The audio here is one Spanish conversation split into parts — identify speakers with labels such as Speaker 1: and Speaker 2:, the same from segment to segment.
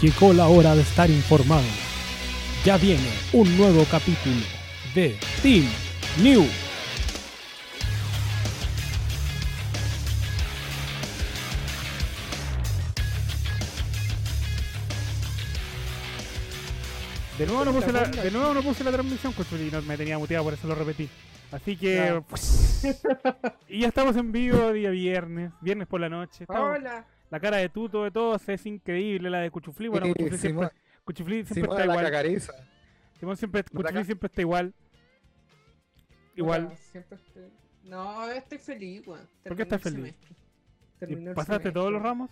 Speaker 1: Llegó la hora de estar informado. Ya viene un nuevo capítulo de Team New.
Speaker 2: De nuevo, no puse la, de nuevo no puse la transmisión, cochulino, me tenía muteado, por eso lo repetí. Así que. y ya estamos en vivo día viernes, viernes por la noche. estamos-
Speaker 3: Hola.
Speaker 2: La cara de Tuto, de todos, es increíble, la de Cuchuflí. Bueno,
Speaker 3: Sí,
Speaker 2: Cuchuflí siempre,
Speaker 3: Simón-
Speaker 2: Cuchuflí siempre
Speaker 3: Simona
Speaker 2: está
Speaker 3: la
Speaker 2: igual.
Speaker 3: cacariza.
Speaker 2: Simón siempre, Cuchuflí
Speaker 3: ca-
Speaker 2: siempre está igual. Igual.
Speaker 3: Hola, siempre estoy- No, estoy feliz, weón.
Speaker 2: ¿Por qué estás
Speaker 3: Terminó el
Speaker 2: feliz?
Speaker 3: semestre.
Speaker 2: ¿Y
Speaker 3: Terminó el
Speaker 2: ¿Pasaste
Speaker 3: semestre.
Speaker 2: todos los ramos?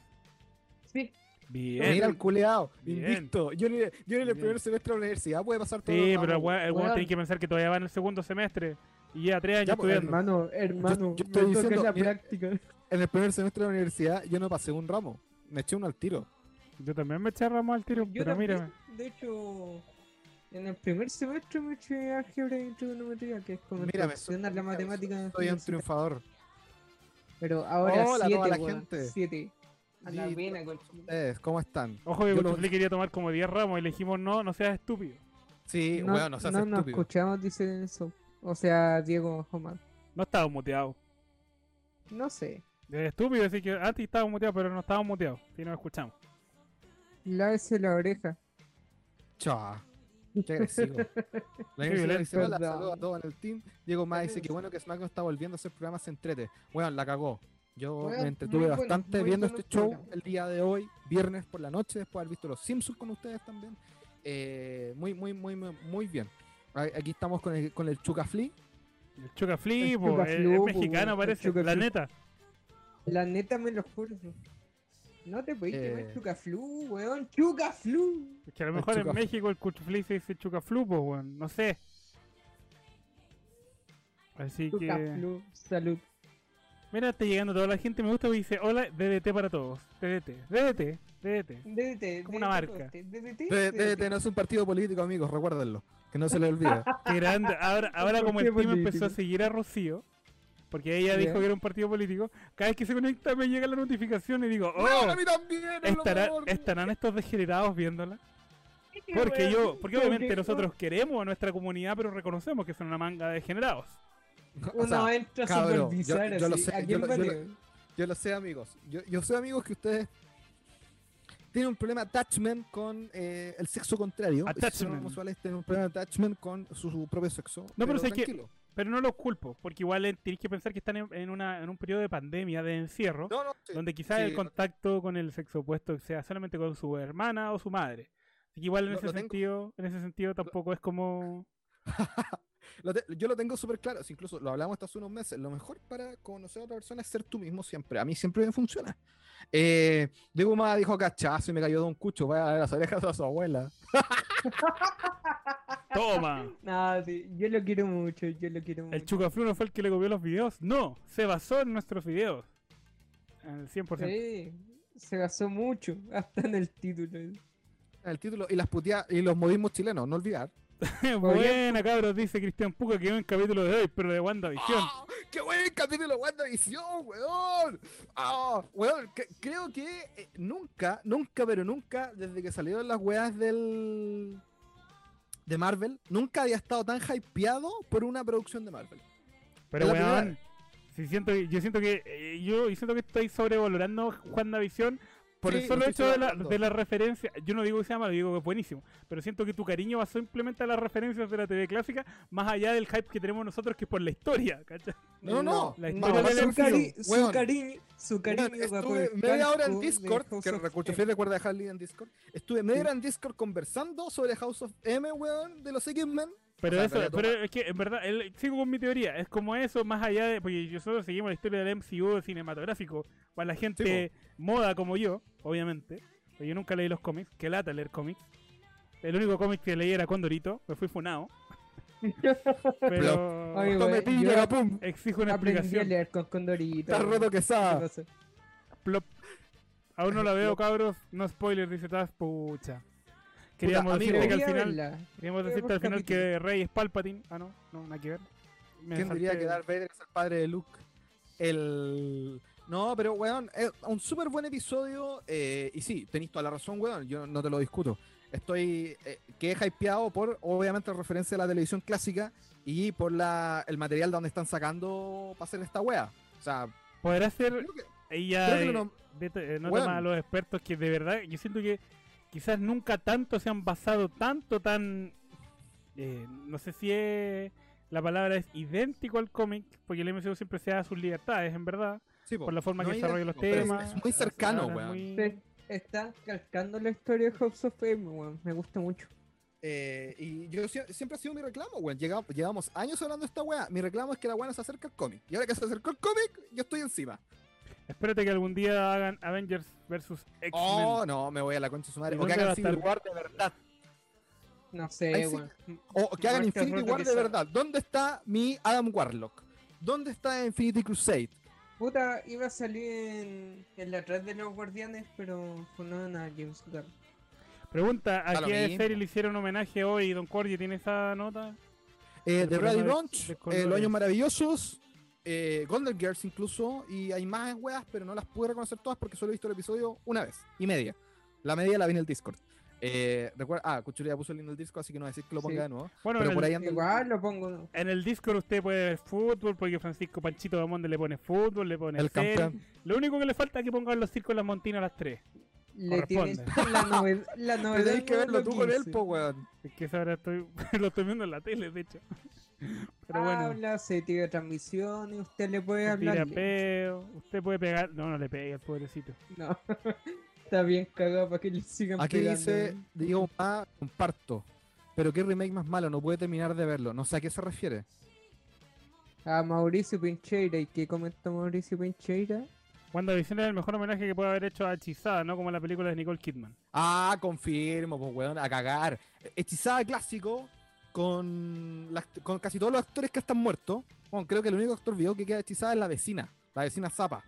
Speaker 3: Sí.
Speaker 2: Bien.
Speaker 4: Mira el culeado,
Speaker 2: Bien.
Speaker 4: invicto. Yo ni, yo ni en el
Speaker 2: Bien.
Speaker 4: primer semestre de la universidad puede pasar todo.
Speaker 2: Sí, pero el weón- el weón
Speaker 3: Weón.
Speaker 2: tiene que pensar que todavía va en el segundo semestre y ya tres años
Speaker 4: Ya, pues,
Speaker 2: estudiando.
Speaker 5: Hermano, hermano, me
Speaker 4: yo estoy
Speaker 5: toca
Speaker 4: diciendo,
Speaker 5: la
Speaker 4: mira-
Speaker 5: práctica.
Speaker 4: En el primer semestre de la universidad yo no pasé un ramo. Me eché uno al tiro.
Speaker 2: Yo también me eché ramos al tiro,
Speaker 3: Yo
Speaker 2: pero
Speaker 3: también,
Speaker 2: mírame.
Speaker 3: De hecho, en el primer semestre me eché álgebra y trigonometría, que es como
Speaker 4: Mírame,
Speaker 3: introducción a la
Speaker 4: mírame,
Speaker 3: matemática.
Speaker 4: Soy un
Speaker 3: universitaria.
Speaker 4: triunfador.
Speaker 3: Pero ahora
Speaker 4: Hola a
Speaker 3: siete,
Speaker 4: toda la
Speaker 3: weón,
Speaker 4: gente.
Speaker 3: Siete. A la
Speaker 4: Sí,
Speaker 3: buena,
Speaker 4: Ustedes, ¿Cómo están?
Speaker 2: Ojo que
Speaker 4: Yo lo-
Speaker 2: Cuchuflí quería tomar como 10 ramos y le dijimos no, no seas estúpido.
Speaker 4: Sí,
Speaker 3: no,
Speaker 4: weón, no seas
Speaker 3: no nos
Speaker 4: estúpido.
Speaker 3: escuchamos dicen eso. O sea, Diego Omar.
Speaker 2: No estábamos muteados.
Speaker 3: No sé.
Speaker 2: Es estúpido decir que antes estábamos muteados, pero no estábamos muteados. Si nos escuchamos.
Speaker 3: Lávese la oreja.
Speaker 4: Chao. Qué agresivo. La
Speaker 2: Qué
Speaker 4: universidad dice,
Speaker 3: violento.
Speaker 4: hola, saludos a todos en el team. Diego Más dice que bueno que Smackdown está volviendo a hacer programas en entrete. Bueno, la cagó. Yo
Speaker 3: Weón,
Speaker 4: me entretuve
Speaker 3: muy bueno,
Speaker 4: bastante
Speaker 3: muy
Speaker 4: viendo
Speaker 3: buenos
Speaker 4: este show
Speaker 3: programas.
Speaker 4: el día de hoy, viernes por la noche, después de haber visto Los Simpsons con ustedes también. Eh, muy, muy, muy, muy, muy bien. A- Aquí estamos con el, con el Chucafli.
Speaker 2: El Chocaflip,
Speaker 3: El
Speaker 2: po, es, es
Speaker 3: Chocaflú, po,
Speaker 2: mexicano,
Speaker 3: weón, el
Speaker 2: parece. La
Speaker 3: Chocaflú.
Speaker 2: neta.
Speaker 3: La neta me lo juro. No te podéis
Speaker 4: Eh.
Speaker 3: quemar Chucaflu, weón. Chucaflu.
Speaker 2: Es que a lo
Speaker 4: El
Speaker 2: mejor en
Speaker 4: Chocaflú.
Speaker 2: México el Cuchuflí se dice Chocaflú, po, weón. No sé. Así que.
Speaker 3: Chucaflu. Salud.
Speaker 2: Mira, está llegando toda la gente. Me gusta que dice: Hola, DDT para todos. DDT, DDT, DDT.
Speaker 3: DDT.
Speaker 2: Como una
Speaker 3: DDT,
Speaker 2: marca.
Speaker 3: coste, DDT.
Speaker 4: no es un partido político, amigos, recuérdenlo. Que no se les olvide.
Speaker 2: Qué grande. Ahora, ahora como el
Speaker 5: Partido
Speaker 2: team empezó a
Speaker 5: político.
Speaker 2: seguir a Rocío, porque ella
Speaker 3: Ya.
Speaker 2: dijo que era un partido político, cada vez que se conecta me llega la notificación y digo: ¡Oh!
Speaker 4: ¡Weón, a mí también! es lo
Speaker 2: ¿Estará-
Speaker 4: peor!
Speaker 2: ¿Estarán estos degenerados viéndola?
Speaker 3: Qué
Speaker 2: Porque
Speaker 3: weón,
Speaker 2: yo, porque
Speaker 3: qué
Speaker 2: obviamente
Speaker 3: weón.
Speaker 2: nosotros queremos a nuestra comunidad, pero reconocemos que son una manga de degenerados.
Speaker 4: O
Speaker 3: Uno
Speaker 4: sea,
Speaker 3: entra a
Speaker 4: cabrón, yo-
Speaker 3: supervisar
Speaker 4: yo lo
Speaker 3: así.
Speaker 4: sé,
Speaker 3: ¿A
Speaker 4: yo
Speaker 3: quién
Speaker 4: lo- yo lo-
Speaker 3: vale?
Speaker 4: Yo lo sé, amigos. Yo, yo sé, amigos, que ustedes tienen un problema attachment con eh, el sexo contrario. Si son
Speaker 2: Attachment.
Speaker 4: homosexuales tienen un problema attachment con su, su propio sexo.
Speaker 2: No, pero sabes que-
Speaker 4: tranquilo.
Speaker 2: Pero no los culpo, porque igual eh, tenéis que pensar que están en, en una, en un periodo de pandemia, de encierro,
Speaker 4: No, no, sí.
Speaker 2: donde quizás
Speaker 4: sí,
Speaker 2: el
Speaker 4: lo-
Speaker 2: contacto con el sexo opuesto sea solamente con su hermana o su madre. Así que igual en
Speaker 4: Lo-
Speaker 2: ese
Speaker 4: lo tengo.
Speaker 2: sentido, en ese sentido tampoco es como
Speaker 4: Lo te- yo lo tengo súper claro. si incluso lo hablamos hasta hace unos meses. Lo mejor para conocer a otra persona es ser tú mismo siempre. A mí siempre me funciona. Eh, Diego Humada dijo cachazo y me cayó de un cucho. Vaya a ver las orejas a su abuela.
Speaker 2: toma.
Speaker 3: No, sí, yo lo quiero mucho, yo lo quiero mucho.
Speaker 2: El Chucaflu no fue el que le copió los videos. No, se basó en nuestros videos. Al 100%.
Speaker 3: Sí, se basó mucho, hasta en el título.
Speaker 4: El título y las puteadas y los modismos chilenos, no olvidar.
Speaker 2: Buena, cabros, dice Cristian Puca que en el capítulo de hoy, pero de WandaVision.
Speaker 4: ¡Ah! ¡Qué buen capítulo de WandaVision, weón! ¡Ah! Weón, cre- creo que eh, nunca, nunca, pero nunca, desde que salieron las weas del. de Marvel, nunca había estado tan hypeado por una producción de Marvel.
Speaker 2: Pero
Speaker 4: Es la primera
Speaker 2: weón, si siento, que- yo siento que eh, yo yo siento que estoy sobrevalorando WandaVisión por el
Speaker 4: Sí,
Speaker 2: solo
Speaker 4: lo
Speaker 2: hecho
Speaker 4: estoy
Speaker 2: de la,
Speaker 4: sobrevalorando.
Speaker 2: de la referencia. Yo no digo que sea malo, digo que es buenísimo. Pero siento que tu cariño basó simplemente a las referencias de la TV clásica, más allá del hype que tenemos nosotros que es por la historia, ¿cachai?
Speaker 4: No, no, no.
Speaker 2: La
Speaker 4: no,
Speaker 2: historia
Speaker 4: va a
Speaker 2: del
Speaker 4: ser
Speaker 3: su,
Speaker 2: Weón,
Speaker 3: cari- su
Speaker 4: caro, weón.
Speaker 3: cariño, su cariño.
Speaker 4: Weón,
Speaker 3: va por
Speaker 4: estuve
Speaker 3: el
Speaker 4: media hora en
Speaker 3: calco de
Speaker 4: Discord,
Speaker 3: House
Speaker 4: que
Speaker 3: of
Speaker 4: recuerdo,
Speaker 3: M.
Speaker 4: recuerda dejar el link en Discord. Estuve media hora en Discord conversando sobre House of M, weón, de los X-Men.
Speaker 2: Pero
Speaker 4: O sea,
Speaker 2: eso,
Speaker 4: pero
Speaker 2: pero es que en verdad, el- sigo con mi teoría, es como eso, más allá de, porque nosotros seguimos la historia del MCU cinematográfico, para la gente moda como yo, obviamente, porque yo nunca leí los cómics, que lata leer cómics. El único cómic que leí era Condorito, me fui funado. pero
Speaker 3: Ay, weón,
Speaker 4: Tome
Speaker 3: yo
Speaker 4: pilla, pum.
Speaker 2: exijo una
Speaker 3: Aprendí a
Speaker 2: explicación.
Speaker 3: leer con Condorito.
Speaker 4: Está roto que
Speaker 3: weón. ¿Qué
Speaker 4: está.
Speaker 3: pasó?
Speaker 2: Plop. Aún no la veo, cabros, no spoiler, dice Taz, pucha.
Speaker 4: amigo.
Speaker 2: Queríamos decirte que al
Speaker 3: Debería
Speaker 2: final,
Speaker 3: verla.
Speaker 2: queríamos
Speaker 3: Pero
Speaker 2: decirte
Speaker 3: por
Speaker 2: al final
Speaker 3: capítulo.
Speaker 2: que Rey es Palpatine. Ah, no, no, nada que ver. Me
Speaker 4: ¿Quién diría
Speaker 2: salté-
Speaker 4: que Darth Vader es el padre de Luke? El No, pero weón, es un súper buen episodio. eh, y sí, tenéis toda la razón, weón. Yo no te lo discuto. Estoy eh, que he hypeado por, obviamente, referencia a la televisión clásica y por la, el material de donde están sacando para hacer esta wea. O sea,
Speaker 2: Podrá ser
Speaker 4: creo que,
Speaker 2: ella
Speaker 4: creo que
Speaker 2: de,
Speaker 4: lo nom-
Speaker 2: eh, de- no
Speaker 4: Bueno.
Speaker 2: toma a los expertos que de verdad yo siento que quizás nunca tanto se han basado tanto tan eh, no sé si es la palabra es idéntico al cómic porque el MCU siempre se da sus libertades en verdad
Speaker 4: sí, po,
Speaker 2: por la forma
Speaker 4: no
Speaker 2: que
Speaker 4: hay
Speaker 2: desarrolla los
Speaker 4: idéntico, pero es-
Speaker 2: temas
Speaker 4: Es muy cercano,
Speaker 2: ahora es
Speaker 4: weón.
Speaker 2: muy-
Speaker 3: Se están calcando la historia de House of Fame, weón. Me gusta mucho.
Speaker 4: Eh, y yo sie- siempre ha sido mi reclamo, weón. Llega- llevamos años hablando de esta weá. Mi reclamo es que la weá no se acerca al cómic. Y ahora que se acercó al cómic, yo estoy encima.
Speaker 2: espérate que algún día hagan Avengers versus X-Men
Speaker 4: Oh, no, me voy a la concha de su madre.
Speaker 2: ¿Y
Speaker 4: O que
Speaker 2: dónde va
Speaker 4: hagan
Speaker 2: a
Speaker 4: Civil
Speaker 2: estar?
Speaker 4: War de verdad.
Speaker 3: No sé,
Speaker 4: Ahí sí.
Speaker 3: weón.
Speaker 4: O, o que hagan
Speaker 3: Marca
Speaker 4: Infinity
Speaker 3: rota
Speaker 4: War
Speaker 3: que
Speaker 4: de
Speaker 3: sea.
Speaker 4: verdad. ¿Dónde está mi Adam Warlock? ¿Dónde está Infinity Crusade?
Speaker 3: Puta, iba a salir en, en la red de los guardianes, pero funaron a James Gunn.
Speaker 2: pregunta
Speaker 4: Da
Speaker 2: ¿a
Speaker 4: lo
Speaker 2: qué
Speaker 4: mismo.
Speaker 2: serie le hicieron homenaje hoy Don Cordy tiene esa nota?
Speaker 4: Eh,
Speaker 2: El
Speaker 4: The
Speaker 2: problema
Speaker 4: Ready
Speaker 2: de- de
Speaker 4: Launch, eh, Los
Speaker 2: colores.
Speaker 4: Años Maravillosos, eh, Golden Girls incluso, y hay más weas, pero no las pude reconocer todas porque solo he visto el episodio una vez y media. La media la vi en el Discord. Eh, recuerda, ah, Cuchurilla puso el link del Discord, así que no voy a decir que lo ponga
Speaker 3: Sí.
Speaker 4: de nuevo.
Speaker 2: bueno en
Speaker 4: pero por
Speaker 2: el-
Speaker 4: ahí anda. el-
Speaker 3: Igual lo pongo. ¿no?
Speaker 2: En el Discord usted puede ver fútbol porque Francisco Panchito Damonde le pone fútbol, le pone
Speaker 4: el
Speaker 2: serie.
Speaker 4: campeón.
Speaker 2: Lo único que le falta es que pongan los circos las montinas a las 3.
Speaker 3: Le tienes la novedad. La
Speaker 4: Pero
Speaker 3: novedad
Speaker 4: tenés que verlo tú con él,
Speaker 3: quince.
Speaker 4: po, weón.
Speaker 2: Es que ahora estoy, lo estoy viendo en la tele, de hecho. Pero bueno,
Speaker 3: Habla, se tira transmisión y usted Ah, le puede
Speaker 2: tira
Speaker 3: hablar.
Speaker 2: peo. Usted puede pegar. No, no le pegue al pobrecito.
Speaker 3: No. Está bien cagado para que le sigan
Speaker 4: Aquí
Speaker 3: pegando, ¿eh?
Speaker 4: dice,
Speaker 3: weón.
Speaker 4: digo, ah, comparto. Pero qué remake más malo, no puede terminar de verlo. No sé a qué se refiere.
Speaker 3: A Mauricio Pincheira. ¿Y qué comentó Mauricio Pincheira?
Speaker 2: WandaVision era el mejor homenaje que puede haber hecho a Hechizada, no como la película de Nicole Kidman.
Speaker 4: Ah, confirmo, pues weón, a cagar. Hechizada clásico con, las- con casi todos los actores que están muertos. Bueno, creo que el único actor vivo que queda hechizada es la vecina, la vecina Zapa.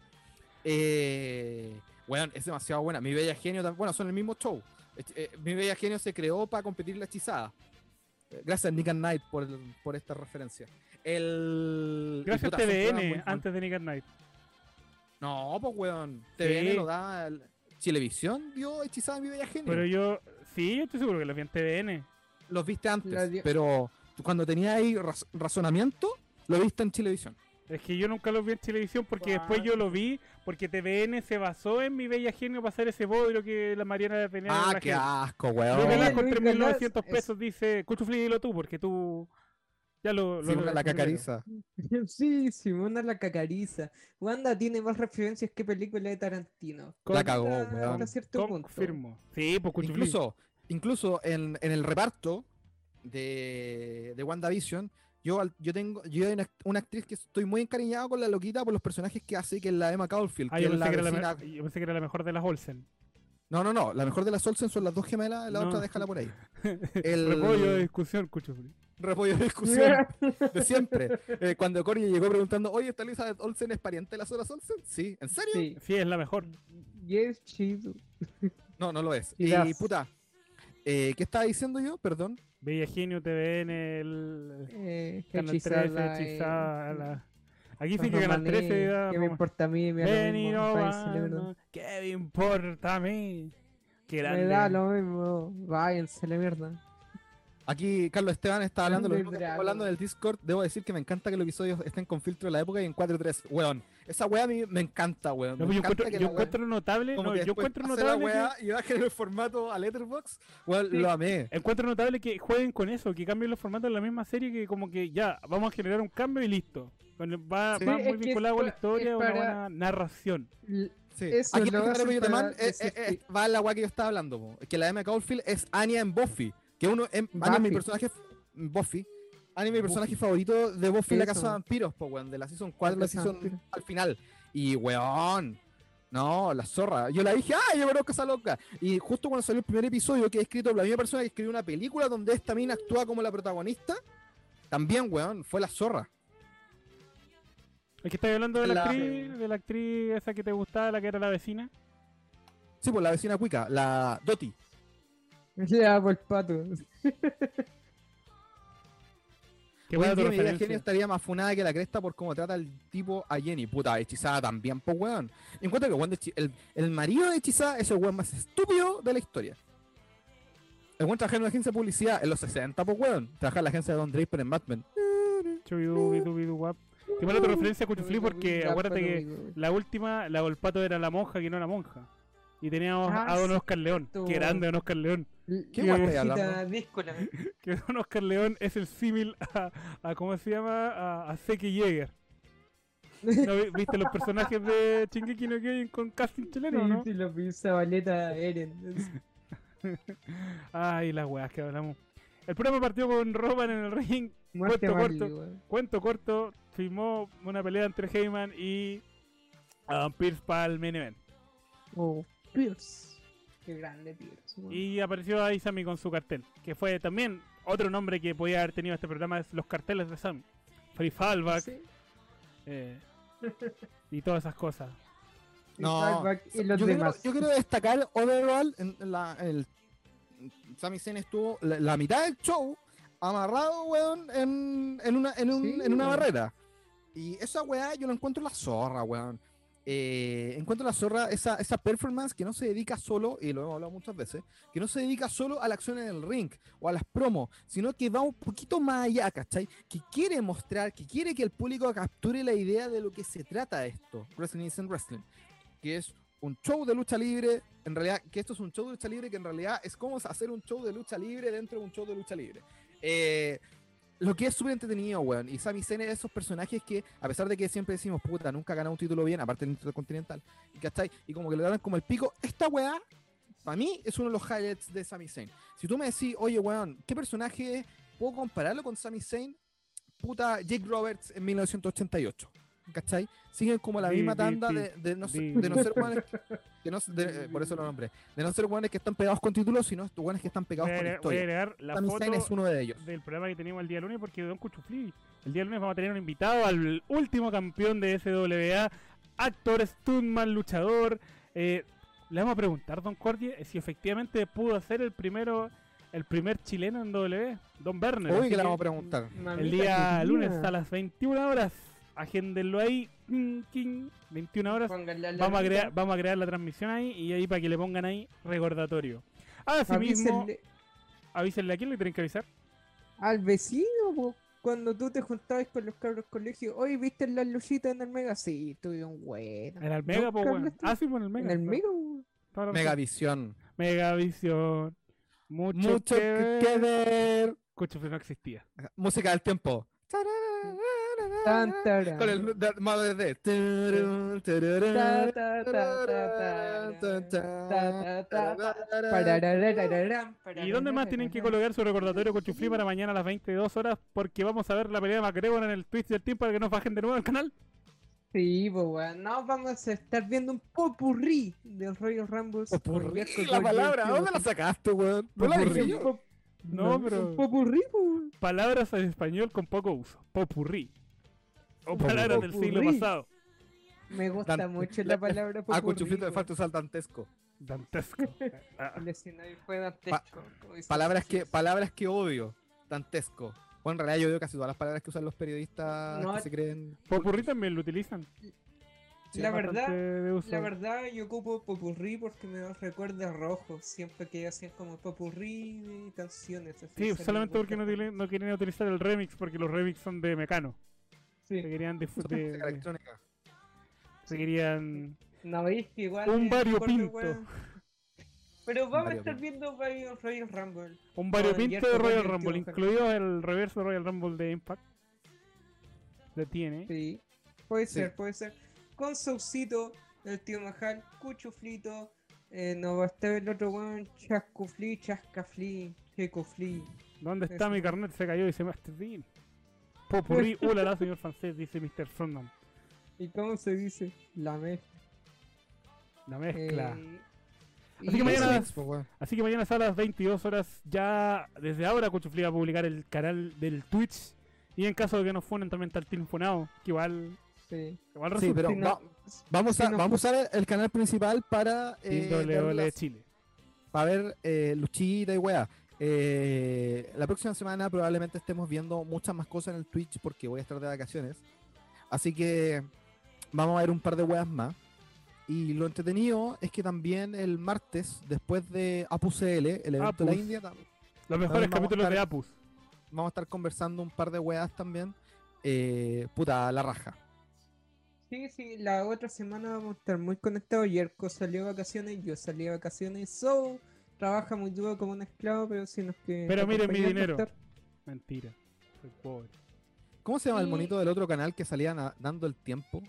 Speaker 4: Eh, weón, es demasiado buena. Mi Bella Genio también, bueno, son el mismo show. Hech- eh, Mi Bella Genio se creó para competir la hechizada. Eh, Gracias Nick and Knight por, por esta referencia. El, y
Speaker 2: Gracias
Speaker 4: puta, son todas muy
Speaker 2: TVN,
Speaker 4: buenas.
Speaker 2: antes de Nick at Night.
Speaker 4: No, pues weón, TVN
Speaker 2: Sí.
Speaker 4: lo da... el- Televisión dio hechizada a Mi Bella Genio.
Speaker 2: Pero yo, sí, yo estoy seguro que lo vi en TVN.
Speaker 4: los viste antes,
Speaker 3: La di-
Speaker 4: pero tú cuando tenías ahí raz- razonamiento, lo viste en televisión.
Speaker 2: Es que yo nunca lo vi en televisión porque después yo lo vi porque TVN se basó en mi bella genio para hacer ese bodrio que la Mariana tenía. en
Speaker 4: Ah,
Speaker 2: la
Speaker 4: qué
Speaker 2: gente.
Speaker 4: asco,
Speaker 2: Yo
Speaker 3: Oye,
Speaker 2: que
Speaker 4: weón.
Speaker 2: la
Speaker 3: Luis
Speaker 2: con
Speaker 3: Galás
Speaker 2: 3.900
Speaker 3: es-
Speaker 2: pesos dice, Cuchufli, dilo tú, porque tú ya lo...
Speaker 4: Sí,
Speaker 2: lo-
Speaker 4: la
Speaker 2: lo-
Speaker 4: cacariza.
Speaker 3: Sí, Simona la cacariza. Wanda tiene más referencias que película de Tarantino.
Speaker 4: La cagó,
Speaker 3: Hasta-
Speaker 4: weón.
Speaker 3: Hasta cierto punto.
Speaker 2: Confirmo. Sí, pues Cuchufli.
Speaker 4: Incluso, incluso en, en el reparto de, de WandaVision, yo, al- yo tengo yo hay una, act- una actriz que estoy muy encariñado con la loquita por los personajes que hace, que es la Emma Caulfield.
Speaker 2: Ah,
Speaker 4: que
Speaker 2: yo,
Speaker 4: es
Speaker 2: pensé
Speaker 4: la
Speaker 2: que era la
Speaker 4: vecina-
Speaker 2: me- yo pensé que era la mejor de las Olsen.
Speaker 4: No, no, no. La mejor de las Olsen son las dos gemelas, la
Speaker 2: No.
Speaker 4: otra déjala por ahí. El
Speaker 2: Repollo de discusión, Cuchufli.
Speaker 4: repollo de discusión. de siempre. Eh, cuando Corey llegó preguntando, oye, ¿esta Elizabeth Olsen es pariente de las otras Olsen? Sí, ¿en serio?
Speaker 3: Sí.
Speaker 2: Sí, es la mejor.
Speaker 3: Y es chido.
Speaker 4: No, no lo es. Y
Speaker 3: Quizás.
Speaker 4: puta, eh, ¿qué estaba diciendo yo? Perdón.
Speaker 2: Bella genio, TVN, el...
Speaker 3: Eh,
Speaker 2: Canal 13,
Speaker 3: hechizada, eh,
Speaker 2: hechizada, la- Aquí
Speaker 3: San
Speaker 2: sí que Canal
Speaker 3: Romané,
Speaker 2: 13 da...
Speaker 3: ¿Qué me
Speaker 2: como-
Speaker 3: importa a mí? Me da lo
Speaker 2: Ven y
Speaker 3: mismo,
Speaker 2: no
Speaker 3: vaya,
Speaker 2: van,
Speaker 3: celebro.
Speaker 2: no- ¿Qué me importa a mí? Qué grande.
Speaker 3: Me da lo mismo. Váyanse a la mierda.
Speaker 4: Aquí Carlos Esteban está hablando, lo
Speaker 3: Grande
Speaker 4: mismo que estamos
Speaker 3: dragón.
Speaker 4: hablando del Discord. Debo decir que me encanta que los episodios estén con filtro de la época y en 4.3. Weón, esa weá a mí me encanta, weón.
Speaker 2: No, pues
Speaker 4: me
Speaker 2: yo
Speaker 4: encanta
Speaker 2: encuentro,
Speaker 4: que
Speaker 2: yo
Speaker 4: la weá-
Speaker 2: encuentro notable,
Speaker 4: como
Speaker 2: no,
Speaker 4: que
Speaker 2: yo
Speaker 4: después
Speaker 2: encuentro
Speaker 4: pase la
Speaker 2: notable que-
Speaker 4: weá y bajen el formato a Letterboxd. Weón,
Speaker 2: Sí.
Speaker 4: lo amé.
Speaker 2: Encuentro notable que jueguen con eso, que cambien los formatos de la misma serie, que como que ya, vamos a generar un cambio y listo. Con- Va,
Speaker 4: Sí.
Speaker 2: va muy
Speaker 3: Sí, es que
Speaker 2: vinculado con la
Speaker 3: es pa-
Speaker 2: historia,
Speaker 3: es
Speaker 2: una
Speaker 3: para-
Speaker 2: buena narración.
Speaker 3: L-
Speaker 4: Sí.
Speaker 3: Eso
Speaker 4: Aquí
Speaker 3: lo
Speaker 4: lo
Speaker 3: hacen para decir que-
Speaker 4: eh, va en la weá que yo estaba hablando, po. que la Emma Caulfield es Anya en Buffy, que uno es Anya es mi
Speaker 3: Buffy.
Speaker 4: personaje f- Buffy. Anya es mi personaje
Speaker 2: Buffy.
Speaker 4: favorito de Buffy la Casa
Speaker 3: Eso.
Speaker 4: de Vampiros, po, weón, de la season 4 la,
Speaker 3: La Casa de
Speaker 4: season
Speaker 3: Vampiros.
Speaker 4: al final. Y weón, no, la zorra. Yo la dije, ah, yo conozco esa loca. Y justo cuando salió el primer episodio que he escrito por la misma persona que escribió una película donde esta mina actúa como la protagonista, también, weón, fue la zorra.
Speaker 2: Es que estoy hablando de la,
Speaker 4: La-
Speaker 2: actriz, de la actriz esa que te gustaba, la que era la vecina.
Speaker 4: Sí, pues la vecina cuica, la Doti.
Speaker 3: Le hago el pato.
Speaker 2: Qué
Speaker 4: Hoy
Speaker 2: buena tu
Speaker 4: en día mi vida
Speaker 2: referencia.
Speaker 4: genio estaría más funada que la cresta por cómo trata el tipo a Jenny. Puta, hechizada también, pues weón. Y encuentro que weón de Hechi- el, el marido de hechizada es el weón más estúpido de la historia. El weón trabajaba en una agencia de publicidad en los 60, pues weón. Trabajaba en la agencia de Don Draper en Batman.
Speaker 2: Chubidubidubiduguap. Qué buena tu referencia a Cuchufli porque acuérdate que
Speaker 3: que.
Speaker 2: la última, la Golpato era la monja que no era monja. Y teníamos
Speaker 3: Ah,
Speaker 2: a Don Oscar León.
Speaker 3: cierto.
Speaker 2: Qué grande Don Oscar León.
Speaker 4: ¿Qué
Speaker 3: la
Speaker 4: guay estáis
Speaker 3: monjita
Speaker 4: hablando?
Speaker 3: díscola.
Speaker 2: Que Don Oscar León es el símil a, a ¿cómo se llama? A, a Seki Jäger. ¿No vi- viste los personajes de Chingeki no Kyojin con casting chileno, no?
Speaker 3: Sí, sí, lo pisa Valeta Eren.
Speaker 2: Ay, las weas que hablamos. El programa partió con Roman en el ring.
Speaker 3: Muerte a
Speaker 2: Corto,
Speaker 3: Marley,
Speaker 2: corto.
Speaker 3: weón.
Speaker 2: Cuento corto, firmó una pelea entre Heyman y Adam Pierce para el main event.
Speaker 3: Oh, Pierce. Qué grande Pierce. weón.
Speaker 2: Y apareció ahí Sammy con su cartel, que fue también otro nombre que podía haber tenido este programa, es los carteles de Sammy. Free Fallback
Speaker 3: Sí,
Speaker 2: eh, y todas esas cosas.
Speaker 3: y
Speaker 4: No,
Speaker 3: Fallback y los
Speaker 4: yo, quiero,
Speaker 3: demás.
Speaker 4: yo quiero destacar overall en la, el Sami Zayn estuvo la, la mitad del show amarrado weón en, en una en, un-
Speaker 3: Sí,
Speaker 4: en una
Speaker 3: weón.
Speaker 4: barrera y esa weá yo la encuentro la zorra weón Eh, encuentro la zorra esa, esa performance que no se dedica solo y lo hemos hablado muchas veces que no se dedica solo a la acción en el ring o a las promos, sino que va un poquito más allá, ¿cachai? Que quiere mostrar, que quiere que el público capture la idea de lo que se trata esto, Wrestling Isn't Wrestling, que es un show de lucha libre, en realidad, que esto es un show de lucha libre, que en realidad es como hacer un show de lucha libre dentro de un show de lucha libre. Eh, lo que es súper entretenido, weón. Y Sami Zayn es de esos personajes que, a pesar de que siempre decimos, puta, nunca ha ganado un título bien, aparte del Intercontinental, ¿cachai? Y como que le dan como el pico, esta weá, para mí, es uno de los highlights de Sami Zayn. Si tú me decís, oye, weón, ¿qué personaje puedo compararlo con Sami Zayn? Puta, Jake Roberts en 1988. ¿Cachai? Siguen como la
Speaker 2: Di,
Speaker 4: misma
Speaker 2: di,
Speaker 4: tanda
Speaker 2: di.
Speaker 4: de, de no, ser-
Speaker 2: Di.
Speaker 4: de no ser weones que- de no ser- de- eh, por eso lo nombré. De no ser weones que están pegados con títulos, sino estos weones que están pegados
Speaker 2: Voy a, agregar, voy
Speaker 4: con
Speaker 2: a
Speaker 4: historia.
Speaker 2: agregar la
Speaker 4: Sami Zayn es
Speaker 2: foto
Speaker 4: uno de ellos.
Speaker 2: del programa que teníamos el día lunes porque Don Cuchufli. El día lunes vamos a tener un invitado al último campeón de SWA, actor, stuntman, luchador. Eh, le vamos a preguntar, Don Cordie, si efectivamente pudo ser el primero, el primer chileno en W, Don Werner.
Speaker 4: Obvio
Speaker 2: Así
Speaker 4: que la
Speaker 2: que-
Speaker 4: vamos a preguntar.
Speaker 3: Mamita
Speaker 2: El día
Speaker 3: querida.
Speaker 2: lunes a las 21 horas. Agéndenlo ahí. King, 21 horas.
Speaker 3: Pónganle alarmita.
Speaker 2: Vamos a, crear, vamos a crear la transmisión ahí y ahí para que le pongan ahí recordatorio. Asimismo,
Speaker 3: Avísenle
Speaker 2: avísenle a quién le tienen que avisar.
Speaker 3: al vecino, po, Cuando tú te juntabas con los cabros colegio, hoy viste las luchitas en el Mega, sí, tuve un bueno.
Speaker 2: En el Mega, pues
Speaker 3: Nunca
Speaker 2: bueno.
Speaker 3: hablaste.
Speaker 2: Ah, sí, pues en el Mega.
Speaker 3: En el Mega, po.
Speaker 2: Toda la razón.
Speaker 4: Megavisión.
Speaker 2: Megavisión. Mucho,
Speaker 4: Mucho
Speaker 2: que
Speaker 4: que
Speaker 2: ver.
Speaker 4: que ver.
Speaker 2: Cucho, pero no existía.
Speaker 4: Música del tiempo.
Speaker 3: Tan, tarán.
Speaker 4: Con el de- modo de. Tarun,
Speaker 3: Ta,
Speaker 4: tararán,
Speaker 3: ta, ta, ta,
Speaker 4: tararán,
Speaker 3: ta, ta, ta, ta, ta,
Speaker 4: tararán.
Speaker 3: Pararararararán,
Speaker 2: ¿Y dónde más tienen que colocar su recordatorio Cuchufli para mañana a las 22 horas? Porque vamos a ver la pelea de McGregor en el Twitch del tiempo para que nos bajen de nuevo al canal.
Speaker 3: Sí, pues weón. No, vamos a estar viendo un popurrí de los Royal Rambos.
Speaker 4: Popurrí, La palabra, ¿dónde la sacaste, weón? No la dije
Speaker 2: Popurrí.
Speaker 4: yo.
Speaker 2: No, pero-
Speaker 3: Un popurrí, po, weón.
Speaker 2: Palabras en español con poco uso. Popurrí. O
Speaker 4: Popurrí.
Speaker 2: palabras del siglo
Speaker 3: Popurrí.
Speaker 2: pasado.
Speaker 3: Me gusta
Speaker 4: Dan-
Speaker 3: mucho la
Speaker 4: le-
Speaker 3: palabra popurrí.
Speaker 4: A cuchuflito de
Speaker 3: weón.
Speaker 4: falta usar dantesco.
Speaker 2: Dantesco. Ah,
Speaker 3: El escenario fue dantesco. Uy, sí,
Speaker 4: Palabras
Speaker 3: sí,
Speaker 4: que,
Speaker 3: sí.
Speaker 4: palabras que odio. Dantesco. Bueno, en realidad yo odio casi todas las palabras que usan los periodistas
Speaker 3: No,
Speaker 4: que se creen.
Speaker 2: Popurrí también lo utilizan.
Speaker 4: Sí,
Speaker 3: La
Speaker 2: Bastante
Speaker 3: verdad,
Speaker 2: de uso.
Speaker 3: La verdad, yo ocupo popurrí porque me recuerda a rojo. Siempre que hacían como popurrí de canciones. así
Speaker 2: Sí,
Speaker 3: salían
Speaker 2: solamente porque no,
Speaker 3: vueltas
Speaker 2: tiene- no querían utilizar el remix, porque los remix son de Mecano.
Speaker 3: con-
Speaker 2: Se
Speaker 4: eh,
Speaker 2: querían de,
Speaker 4: Son
Speaker 2: de-
Speaker 4: música electrónica.
Speaker 2: se querían
Speaker 3: No veis que igual.
Speaker 2: Un
Speaker 3: es
Speaker 2: Vario
Speaker 3: acorde,
Speaker 2: Pinto.
Speaker 3: weón. Pero vamos
Speaker 4: Vario
Speaker 3: a estar viendo
Speaker 4: Pinto.
Speaker 3: Vario- Royal Rumble.
Speaker 2: un
Speaker 3: y
Speaker 2: variopinto
Speaker 3: esto
Speaker 2: de
Speaker 3: fue
Speaker 2: Royal
Speaker 3: divertido,
Speaker 2: Rumble,
Speaker 3: ojalá.
Speaker 2: incluido el reverso de Royal Rumble de Impact. Lo tiene.
Speaker 3: Sí. Puede
Speaker 4: Sí.
Speaker 3: ser, puede ser. Con Saucito, el tío Majal, Cuchuflito. Eh, no va a estar el otro weón. Chascufli, Chascafli, Checofli.
Speaker 2: ¿Dónde está
Speaker 3: Eso.
Speaker 2: mi carnet? Se cayó, dice Master Dean. Popurrí, hola, la señor francés, dice Mr. Frontman.
Speaker 3: ¿Y cómo se dice? La mezcla.
Speaker 2: La mezcla.
Speaker 3: Eh,
Speaker 2: Así que
Speaker 3: y-
Speaker 2: mañana-
Speaker 4: Eso, po, weón.
Speaker 2: Así que mañana a las 22 horas, ya desde ahora, Cuchufli va a publicar el canal del Twitch. Y en caso de que nos funen, también está el Team Funado, que igual,
Speaker 3: Sí.
Speaker 2: igual
Speaker 4: Sí,
Speaker 2: resulta.
Speaker 4: pero
Speaker 3: Si no-
Speaker 4: va- vamos,
Speaker 3: si
Speaker 4: a,
Speaker 3: no-
Speaker 4: vamos a usar el canal principal para, eh,
Speaker 2: Team
Speaker 4: dar
Speaker 2: WL
Speaker 4: las-
Speaker 2: E Chile.
Speaker 4: para ver eh, luchita y weá. Eh, la próxima semana probablemente estemos viendo muchas más cosas en el Twitch porque voy a estar de vacaciones. Así que vamos a ver un par de weas más. Y lo entretenido es que también el martes, después de APUCL, el evento de
Speaker 2: Apus.
Speaker 4: la India, tam-
Speaker 2: Los mejores
Speaker 4: vamos a
Speaker 2: capítulos
Speaker 4: estar-
Speaker 2: de Apus.
Speaker 4: vamos a estar conversando un par de weas también. Eh, puta, la raja.
Speaker 3: Sí, sí, la otra semana vamos a estar muy conectados. Yerko salió de vacaciones, yo salí de vacaciones. So, trabaja muy duro como un esclavo, pero si nos que.
Speaker 2: Pero miren mi dinero.
Speaker 3: acompañar,
Speaker 2: Mentira. Soy pobre.
Speaker 4: ¿Cómo se llama el
Speaker 3: Y-
Speaker 4: monito del otro canal que salían a- dando el tiempo?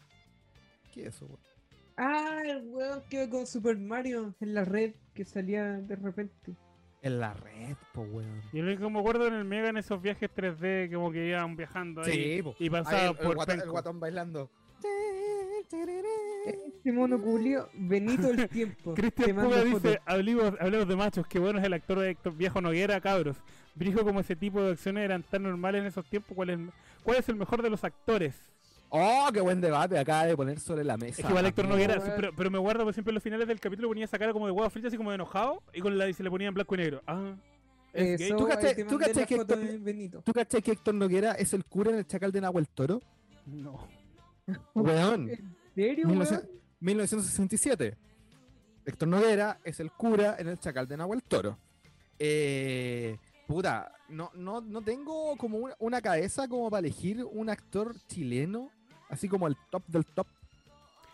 Speaker 4: ¿Qué es eso, weón?
Speaker 3: va a estar. Ah, el weón que ve con Super Mario en la red que salía de repente.
Speaker 4: En la red, po, weón.
Speaker 2: Y lo que me acuerdo en el Mega en esos viajes 3D, como que iban viajando ahí.
Speaker 4: po.
Speaker 2: Y
Speaker 4: Ahí
Speaker 2: pasaban
Speaker 4: el, el
Speaker 2: por
Speaker 4: guatón, el
Speaker 2: Penco.
Speaker 4: guatón bailando.
Speaker 3: Este mono culio, Benito el tiempo. te
Speaker 2: Cristian
Speaker 3: mando
Speaker 2: Puga
Speaker 3: fotos.
Speaker 2: dice, hablemos, hablemos de machos, qué bueno es el actor de Héctor Viejo Noguera, cabros. Brijo como ese tipo de acciones eran tan normales en esos tiempos, ¿cuál es, cuál es el mejor de los actores?
Speaker 4: Oh, qué buen debate acaba de poner sobre la mesa.
Speaker 2: Es que igual Héctor
Speaker 4: amigo.
Speaker 2: Noguera,
Speaker 3: weón.
Speaker 2: pero, pero me guardo porque siempre en los finales del capítulo ponía esa cara como de huevo frita, así como de enojado, y con la y se le ponía en blanco y negro. Ah, es
Speaker 3: Eh,
Speaker 2: gay.
Speaker 3: so,
Speaker 4: ¿Tú
Speaker 3: ahí
Speaker 4: caché-
Speaker 3: te
Speaker 4: tú
Speaker 3: mandé
Speaker 4: caché
Speaker 3: la
Speaker 4: que
Speaker 3: foto
Speaker 4: esto-
Speaker 3: de Benito.
Speaker 4: ¿Tú cachai que Héctor Noguera es el cura en el chacal de Nahuel Toro?
Speaker 2: No.
Speaker 4: Weón.
Speaker 3: ¿En serio, weón?
Speaker 4: Mil novecientos- 1967. Héctor Noguera es el cura en el Chacal de Nahuel Toro. Eh, puta, no, no, no tengo como una, una cabeza como para elegir un actor chileno, así como el top del top.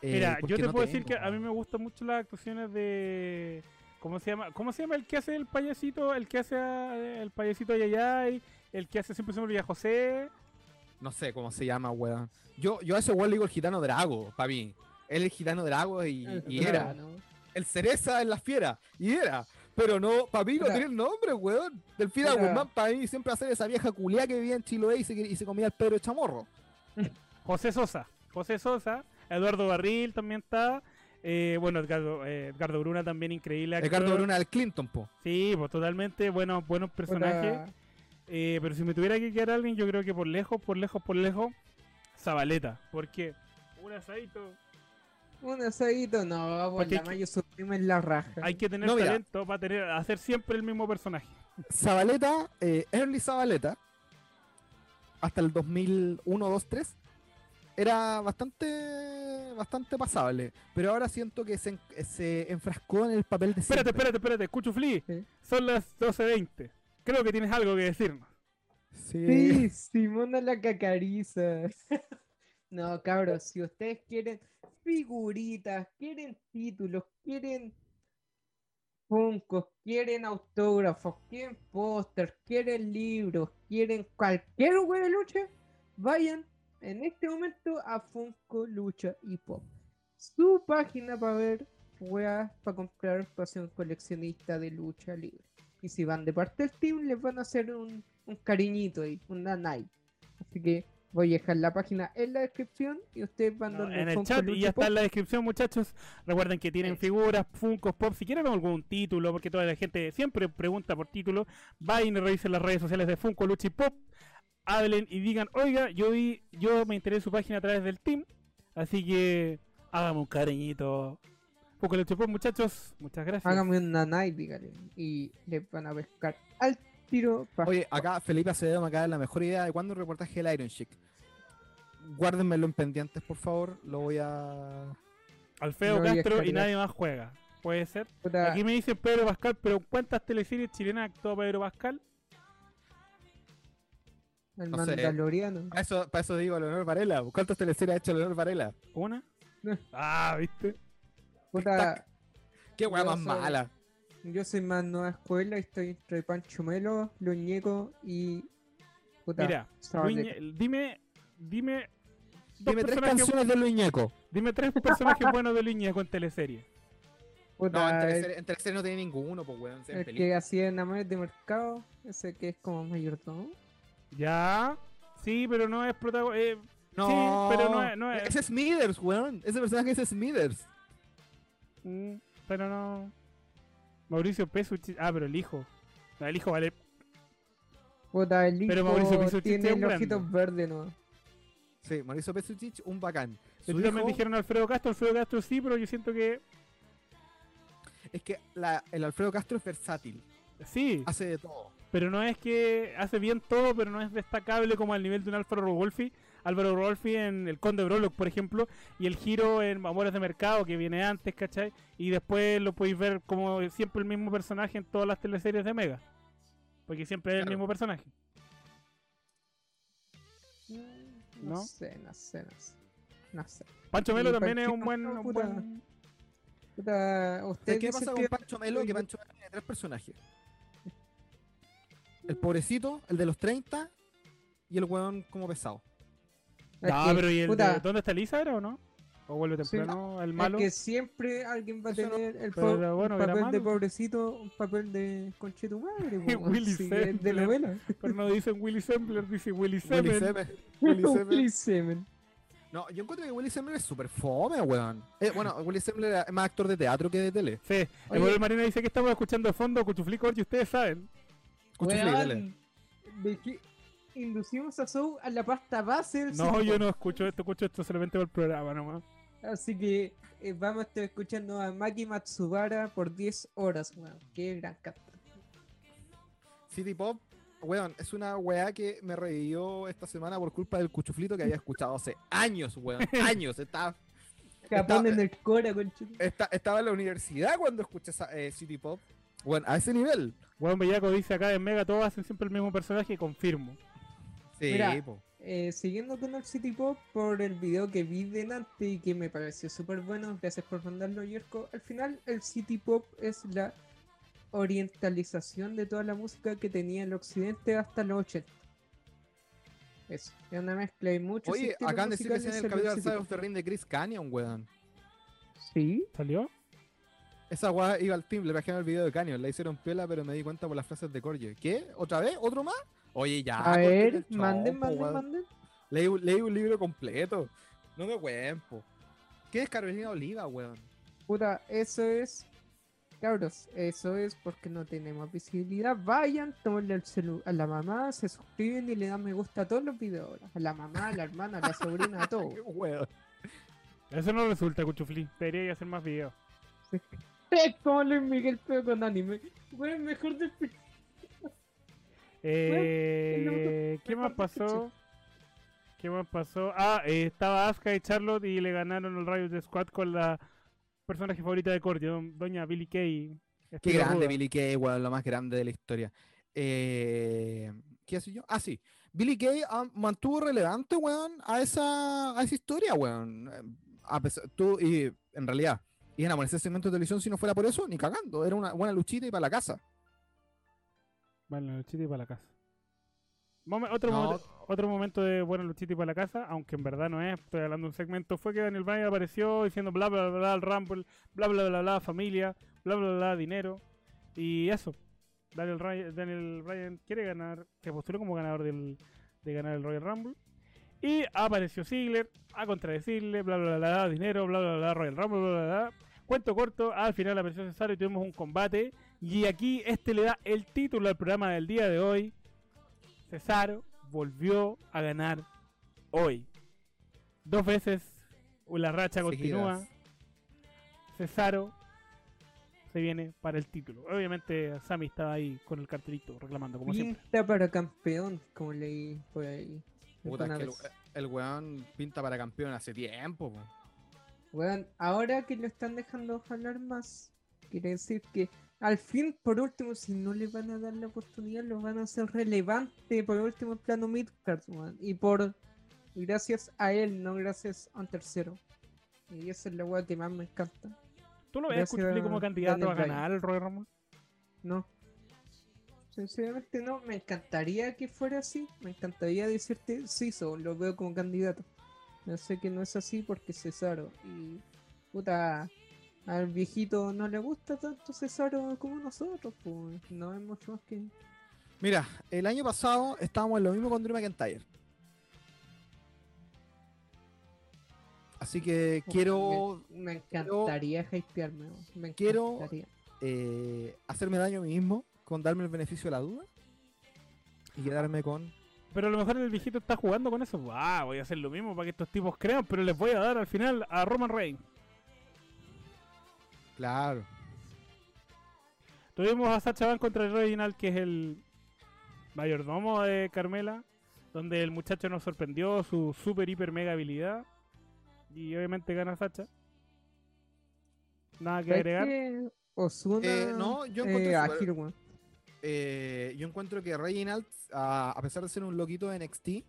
Speaker 4: Eh,
Speaker 2: Mira,
Speaker 4: porque
Speaker 2: yo te
Speaker 4: no
Speaker 2: puedo decir
Speaker 4: tengo,
Speaker 2: que a mí me gustan mucho las actuaciones de... ¿Cómo se llama? ¿Cómo se llama el que hace el payasito? El que hace a- el payasito Ayayay, el que hace siempre se me olvida José.
Speaker 4: No sé cómo se llama, weón. Yo, yo a ese weón le digo el gitano Drago, para mí. Él es el gitano Drago y, y
Speaker 3: Ah,
Speaker 4: era.
Speaker 3: no.
Speaker 4: El cereza en la fiera, y era. Pero no, para mí no
Speaker 3: Era.
Speaker 4: tiene el nombre, weón. Delfina
Speaker 3: Era.
Speaker 4: Guzmán, para mí siempre hacer esa vieja culiá que vivía en Chiloé y se, y se comía el Pedro Chamorro.
Speaker 2: José Sosa. José Sosa. Eduardo Barril también está. Eh, bueno, Edgardo, eh, Edgardo Bruna también increíble. actor.
Speaker 4: Ricardo Bruna del Clinton, po.
Speaker 2: Sí, pues totalmente buenos, buenos personajes.
Speaker 3: Puta,
Speaker 2: Eh, pero si me tuviera que quedar alguien, yo creo que por lejos, por lejos, por lejos, Zabaleta. ¿Por qué? Un asadito.
Speaker 3: Un asadito, no, por
Speaker 2: Porque
Speaker 3: la
Speaker 2: hay que-
Speaker 3: mayo suprema en la raja.
Speaker 2: Hay que tener
Speaker 4: No, mira.
Speaker 2: talento para tener, hacer siempre el mismo personaje.
Speaker 4: Zabaleta, eh, Early Zabaleta, hasta el 2001, 2, 3, era bastante bastante pasable. Pero ahora siento que se, en- se enfrascó en el papel de
Speaker 2: Espérate,
Speaker 4: siempre.
Speaker 2: espérate, espérate. Cuchufli,
Speaker 3: Sí.
Speaker 2: son las 12.20. Creo que tienes algo que decirnos.
Speaker 4: Sí.
Speaker 3: Sí, Simona la cacariza. No, cabros, si ustedes quieren figuritas, quieren títulos, quieren funcos, quieren autógrafos, quieren pósters, quieren libros, quieren cualquier huevo de lucha, vayan en este momento a Funko Lucha y Pop. Su página para ver weas, para comprar, para ser un coleccionista de lucha libre. Y si van de parte del team, les van a hacer un, un cariñito ahí, una night. Así que voy a dejar la página en la descripción y ustedes van
Speaker 2: No,
Speaker 3: dando
Speaker 2: en el
Speaker 3: Funko
Speaker 2: chat y
Speaker 3: Lucha
Speaker 2: ya está
Speaker 3: Pop.
Speaker 2: en la descripción, muchachos. Recuerden que tienen
Speaker 3: Sí.
Speaker 2: figuras, Funkos Pop. Si quieren algún título, porque toda la gente siempre pregunta por título, vayan y revisen las redes sociales de Funko, Luchi Pop. Hablen y digan, oiga, yo vi, yo me enteré de su página a través del team. Así que hágame un cariñito. Funko Luchi Pop, muchachos. Muchas gracias.
Speaker 3: Hágame una night, dígale. Y les van a pescar al tiro. pa-
Speaker 4: Oye, acá Felipe Acevedo me acaba de dar la mejor idea de cuándo el reportaje del Iron Chic. Guárdenmelo en pendientes, por favor. Lo voy a.
Speaker 2: Alfeo
Speaker 3: No, y
Speaker 2: Castro y
Speaker 3: descargar.
Speaker 2: nadie más juega. Puede ser.
Speaker 3: puta,
Speaker 2: Aquí me dice Pedro Pascal, pero ¿cuántas teleseries chilenas actuó Pedro Pascal?
Speaker 3: el
Speaker 4: no sé.
Speaker 3: mandaloriano.
Speaker 4: Para eso, para eso digo Leonor Varela. ¿Cuántas teleseries ha hecho Leonor Varela?
Speaker 2: ¿Una?
Speaker 3: No.
Speaker 2: Ah, ¿viste?
Speaker 3: Puta,
Speaker 4: Qué weá
Speaker 3: Yo
Speaker 4: más
Speaker 3: soy-
Speaker 4: mala.
Speaker 3: yo soy más nueva escuela y estoy entre Pancho Melo, Luñeco y. Puta,
Speaker 2: Mira,
Speaker 3: Zabaleta.
Speaker 2: Luñe- dime, dime, dos
Speaker 4: Dime tres
Speaker 2: personajes-
Speaker 4: canciones de Luñeco.
Speaker 2: dime tres personajes buenos de Luñez con teleserie.
Speaker 3: Puta,
Speaker 4: No, en
Speaker 3: el-
Speaker 4: teleseries, en teleseries no tiene ninguno, pues weón. se ven
Speaker 3: el, que
Speaker 4: películas.
Speaker 3: hacía en Amores de Mercado, ese que es como mayordomo.
Speaker 2: Ya, sí, pero no es eh, protagonista.
Speaker 4: No,
Speaker 2: pero no es- no es-
Speaker 4: Ese es Smithers, weón. Ese personaje es Smithers.
Speaker 2: mm, pero no. Mauricio Pesuchi, ah, pero el hijo. No, el hijo vale.
Speaker 3: Puta, el
Speaker 2: Pero
Speaker 3: hijo
Speaker 2: Mauricio Pizzuti
Speaker 3: tiene
Speaker 2: es un
Speaker 3: los ojitos
Speaker 2: grande.
Speaker 3: verdes, ¿no?
Speaker 4: Sí, Mauricio Pesuchich, un bacán.
Speaker 2: Tú
Speaker 4: Su
Speaker 2: también
Speaker 4: hijo-
Speaker 2: dijeron Alfredo Castro, Alfredo Castro sí, pero yo siento que
Speaker 4: es que la- el Alfredo Castro es versátil.
Speaker 2: Sí,
Speaker 4: Hace de todo.
Speaker 2: pero no es que hace bien todo, pero no es destacable como al nivel de un Álvaro Rodolfi. Álvaro Rodolfi en El Conde Brolock, por ejemplo, y el giro en Amores de Mercado que viene antes, ¿cachai? Y después lo podéis ver como siempre el mismo personaje en todas las teleseries de Mega. Porque siempre es el
Speaker 4: Claro.
Speaker 2: mismo personaje.
Speaker 3: Mm, No,
Speaker 2: ¿No?
Speaker 3: sé, no sé, no sé. No sé.
Speaker 2: Pancho Melo
Speaker 3: Y
Speaker 2: también es
Speaker 3: Panchito,
Speaker 2: un buen, un
Speaker 3: puta.
Speaker 2: buen-
Speaker 3: Puta,
Speaker 4: ¿Sabes
Speaker 3: ustedes
Speaker 4: ¿Qué
Speaker 3: dicen
Speaker 4: pasa con
Speaker 3: que-
Speaker 4: Pancho Melo? Que Pancho Melo tiene tres personajes. El pobrecito, el de los 30 y el weón como pesado.
Speaker 3: es
Speaker 2: Ah,
Speaker 3: que,
Speaker 2: pero ¿y el
Speaker 3: puta,
Speaker 2: de- ¿Dónde está Lisa era o no? ¿O vuelve
Speaker 3: Sí.
Speaker 2: temprano el
Speaker 3: es
Speaker 2: malo?
Speaker 3: que siempre alguien va a
Speaker 4: Eso no-
Speaker 3: tener el
Speaker 2: pero
Speaker 3: po-
Speaker 2: bueno,
Speaker 3: un
Speaker 2: era
Speaker 3: papel de
Speaker 2: malo.
Speaker 3: pobrecito, un papel de conchito madre,
Speaker 2: Willy
Speaker 3: de
Speaker 2: Sembler.
Speaker 3: novela.
Speaker 2: Pero no dicen Willy Sembler, dice Willy
Speaker 4: Willy
Speaker 2: Semen.
Speaker 4: Semen, Willy Semen.
Speaker 3: Willy Semen.
Speaker 4: No, yo encuentro que Willy Sembler es súper fome, weón. Eh, bueno, Willy Sembler es más actor de teatro que de tele.
Speaker 2: Sí, el
Speaker 3: Oye.
Speaker 2: Manuel Marina dice que estamos escuchando de fondo Cuchuflí Corcho, ustedes saben.
Speaker 4: Cuchufli, dele.
Speaker 3: Weón, de que inducimos a Sou a la pasta base del
Speaker 2: No, yo
Speaker 3: sitcom.
Speaker 2: no escucho esto, escucho esto solamente por el programa nomás.
Speaker 3: Así que eh, vamos a estar escuchando a Maki Matsubara por 10 horas, weón. Qué gran cantante.
Speaker 4: City Pop, weón, es una weá que me revivió esta semana por culpa del cuchuflito que había escuchado hace años, weón. Años. Estaba,
Speaker 3: Japón
Speaker 4: Está-
Speaker 3: en el Cora, conchito.
Speaker 4: esta- estaba en la universidad cuando escuché esa, eh, City Pop. Weón, a ese nivel.
Speaker 2: Juan Bellaco dice acá en Mega todos hacen siempre el mismo personaje y confirmo.
Speaker 4: Sí,
Speaker 3: Mira.
Speaker 4: po.
Speaker 3: Eh, siguiendo con el City Pop por el video que vi delante y que me pareció súper bueno, gracias por mandarlo, Yerko. Al final, el City Pop es la orientalización de toda la música que tenía el occidente hasta los 80. Eso, es una mezcla y mucho.
Speaker 4: Oye, acaban de decir que en el capítulo de Side of the Ring de Chris Canyon, weón.
Speaker 3: Sí,
Speaker 2: ¿Salió?
Speaker 4: Esa weá iba al timbre, bajé el video de Canyon. La hicieron piola, pero me di cuenta por las frases de Corje. ¿Qué? ¿Otra vez? ¿Otro más? Oye, ya.
Speaker 3: a
Speaker 4: corten
Speaker 3: ver,
Speaker 4: Ah, el
Speaker 3: manden,
Speaker 4: chompo,
Speaker 3: manden,
Speaker 4: weón.
Speaker 3: manden.
Speaker 4: Leí, un- leí un libro completo. No me cuento. ¿Qué es Carolina Oliva, weón?
Speaker 3: Puta, eso es. Cabros, eso es porque no tenemos visibilidad. Vayan, tomenle el celu a la mamá, se suscriben y le dan me gusta a todos los videos. ahora. A la mamá, a la hermana, a la sobrina, a todos.
Speaker 4: Qué weón.
Speaker 2: Eso no resulta, Cuchuflí. Debería hacer más videos.
Speaker 3: Es como Luis Miguel, pero con anime. Bueno, mejor de.
Speaker 2: Eh,
Speaker 3: Bueno,
Speaker 2: ¿Qué más
Speaker 3: mejor dicho.
Speaker 2: pasó? ¿Qué más pasó? Ah, eh, estaba Asuka y Charlotte y le ganaron el Riot Squad con la personaje favorita de Cordy, doña Billy Kay.
Speaker 4: Qué
Speaker 2: estilo
Speaker 4: grande
Speaker 2: ruda.
Speaker 4: Billy Kay, weón, lo más grande de la historia. Eh, ¿Qué hace yo? Ah, sí. Billy Kay ah, mantuvo relevante, weón, a esa, a esa historia, weón. Eh, A pesar, tú, y en realidad, iban a poner ese segmento de televisión si no fuera por eso, ni cagando. Era una buena luchita y para la casa.
Speaker 2: Bueno, Luchiti para la casa. Momen- otro,
Speaker 4: No.
Speaker 2: momento, otro momento de bueno, Luchiti para la casa, aunque en verdad no es, estoy hablando de un segmento, fue que Daniel Bryan apareció diciendo bla bla bla al Rumble, bla bla bla bla familia, bla bla bla dinero, y eso. Daniel Bryan, Daniel Bryan quiere ganar, se postuló como ganador del, de ganar el Royal Rumble. Y apareció Ziggler a contradecirle, bla bla bla, bla, dinero, bla bla bla, Royal Rumble, bla bla bla. Cuento corto, al final apareció Cesaro y tuvimos un combate. Y aquí este le da el título al programa del día de hoy. Cesaro volvió a ganar hoy. Dos veces la racha continúa.
Speaker 4: Seguidas.
Speaker 2: Cesaro se viene para el título. Obviamente Sammy estaba ahí con el cartelito reclamando como siempre.
Speaker 3: Pinta para campeón, como leí por ahí.
Speaker 4: Puta, es
Speaker 3: alguna
Speaker 4: que el,
Speaker 3: vez.
Speaker 4: el weón pinta para campeón hace tiempo, po.
Speaker 3: Weón, ahora que lo están dejando jalar más, quiere decir que al fin, por último, si no le van a dar la oportunidad, lo van a hacer relevante por último en plano Midcard, weón. Y por gracias a él, no gracias a un tercero. Y esa es la weá que más me encanta.
Speaker 2: ¿Tú lo ves
Speaker 3: Gracias,
Speaker 2: Cuchufli, como candidato
Speaker 3: Daniel
Speaker 2: a
Speaker 3: Bryan.
Speaker 2: ganar el Royal Rumble?
Speaker 3: No. Sinceramente no, me encantaría que fuera así, me encantaría decirte, sí, so, lo veo como candidato. Yo sé que no es así porque Cesaro y puta, al viejito no le gusta tanto Cesaro como nosotros, pues no es mucho más que...
Speaker 4: Mira, el año pasado estábamos en lo mismo con Drew McIntyre. Así que quiero,
Speaker 3: Me, me encantaría hypearme, weón, me
Speaker 4: quiero-
Speaker 3: encantaría.
Speaker 4: eh, hacerme daño a mí mismo con darme el beneficio de la duda y quedarme con.
Speaker 2: Pero a lo mejor el viejito está jugando con eso. Ah, voy a hacer lo mismo para que estos tipos crean, pero les voy a dar al final a Roman Reigns.
Speaker 4: Claro.
Speaker 2: Tuvimos a Sacha Van contra el Reginald, que es el mayordomo de Carmela, donde el muchacho nos sorprendió su super, hiper, mega habilidad. Y obviamente gana Sacha. Nada que agregar.
Speaker 3: que Osuna
Speaker 4: Eh, no, yo encuentro
Speaker 3: eh,
Speaker 4: súper-
Speaker 3: ágil, weón.
Speaker 4: Eh, yo encuentro que Reginald, a, a pesar de ser un loquito de NXT,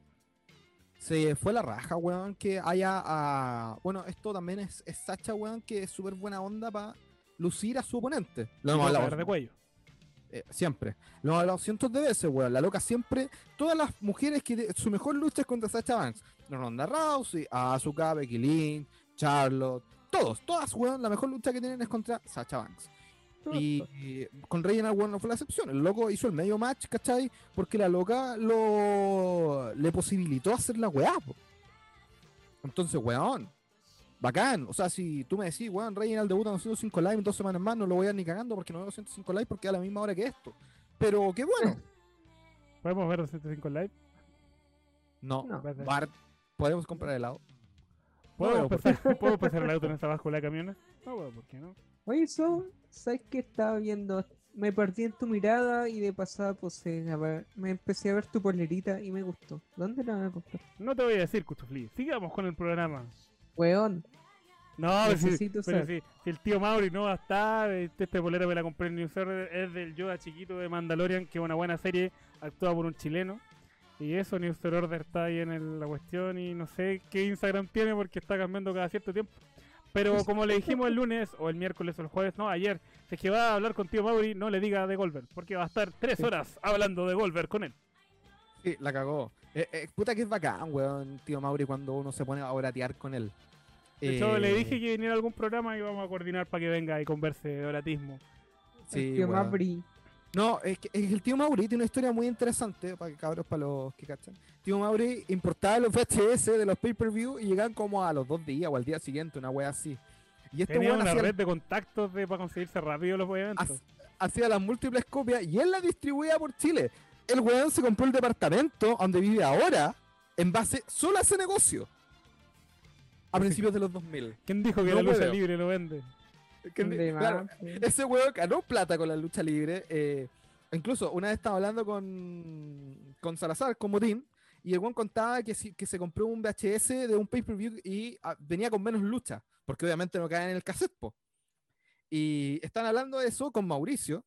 Speaker 4: se fue la raja, weón, que haya... ah, bueno, esto también es, es Sacha, weón, que es súper buena onda para lucir a su oponente. Lo hemos hablado
Speaker 2: Tocar de cuello.
Speaker 4: eh, siempre. Lo hemos hablado cientos de veces, weón. La loca siempre... Todas las mujeres que... de- su mejor lucha es contra Sacha Banks. Ronda Rousey, Asuka, Becky Lynch, Charlotte... Todos, todas, weón, la mejor lucha que tienen es contra Sacha Banks. Y, y con Reginald Warren no fue la excepción. El loco hizo el medio match, ¿cachai? Porque la loca lo le posibilitó hacer la weá. po. Entonces, weón. Bacán. O sea, si tú me decís, weón, Reginald debuta en 105 live en dos semanas más, no lo voy a ir ni cagando porque no veo 105 live porque es a la misma hora que esto. Pero qué bueno.
Speaker 2: Podemos ver 75 live.
Speaker 4: No,
Speaker 3: No.
Speaker 4: Bart, podemos comprar helado.
Speaker 2: ¿Podemos,
Speaker 4: Bueno, ¿por
Speaker 2: pasar, ¿Podemos pasar el auto en esa báscula de camiones? No, bueno, ¿por qué no?
Speaker 3: Oye, Soul, ¿sabes qué estaba viendo? Me perdí en tu mirada y de pasada pues eh, a ver, me empecé a ver tu polerita y me gustó. ¿Dónde la me gustó?
Speaker 2: No te voy a decir, Cuchufli. Sigamos con el programa.
Speaker 3: Weón,
Speaker 2: No, pero sí-
Speaker 3: Necesito
Speaker 2: pero
Speaker 3: saber.
Speaker 2: sí, si el tío Mauri no va a estar, este, este polera me la compré en New Server, es del Yoda chiquito de Mandalorian, que es una buena serie actuada por un chileno. Y eso, New Star Order está ahí en el- la cuestión y no sé qué Instagram tiene porque está cambiando cada cierto tiempo. Pero como le dijimos el lunes, o el miércoles, o el jueves, no, ayer, si es que va a hablar con tío Mauri, no le diga de Golver, porque va a estar tres
Speaker 3: Sí.
Speaker 2: horas hablando de Golver con él.
Speaker 4: Sí, la cagó. Eh, eh, puta que es bacán, weón, tío Mauri, cuando uno se pone a oratear con él.
Speaker 2: De hecho, le
Speaker 4: Eh,
Speaker 2: dije que viniera a algún programa y vamos a coordinar para que venga y converse de oratismo.
Speaker 4: sí,
Speaker 3: el que
Speaker 4: weón.
Speaker 3: más brilló.
Speaker 4: No, es que, es que el tío Mauri tiene una historia muy interesante, para que cabros, para los que cachan. Tío Mauri importaba los VHS de los pay-per-view y llegaban como a los dos días o al día siguiente, una wea así. Y este
Speaker 2: Tenía
Speaker 4: weón
Speaker 2: una
Speaker 4: hacía,
Speaker 2: red de contactos de, para conseguirse rápido los eventos.
Speaker 4: hac- hacía las múltiples copias y él las distribuía por Chile. El weón se compró el departamento donde vive ahora en base solo a ese negocio. A principios de los 2000.
Speaker 2: ¿Quién dijo que
Speaker 4: No
Speaker 2: la lucha
Speaker 4: hueveo.
Speaker 2: libre lo vende?
Speaker 4: Que- claro, ese weón ganó plata con la lucha libre. eh, incluso una vez estaba hablando con, con Salazar, con Motín, y el weón contaba que, si- que se compró un VHS de un pay-per-view y ah, venía con menos lucha, porque obviamente no cae en el cassette. po. Y están hablando de eso con Mauricio.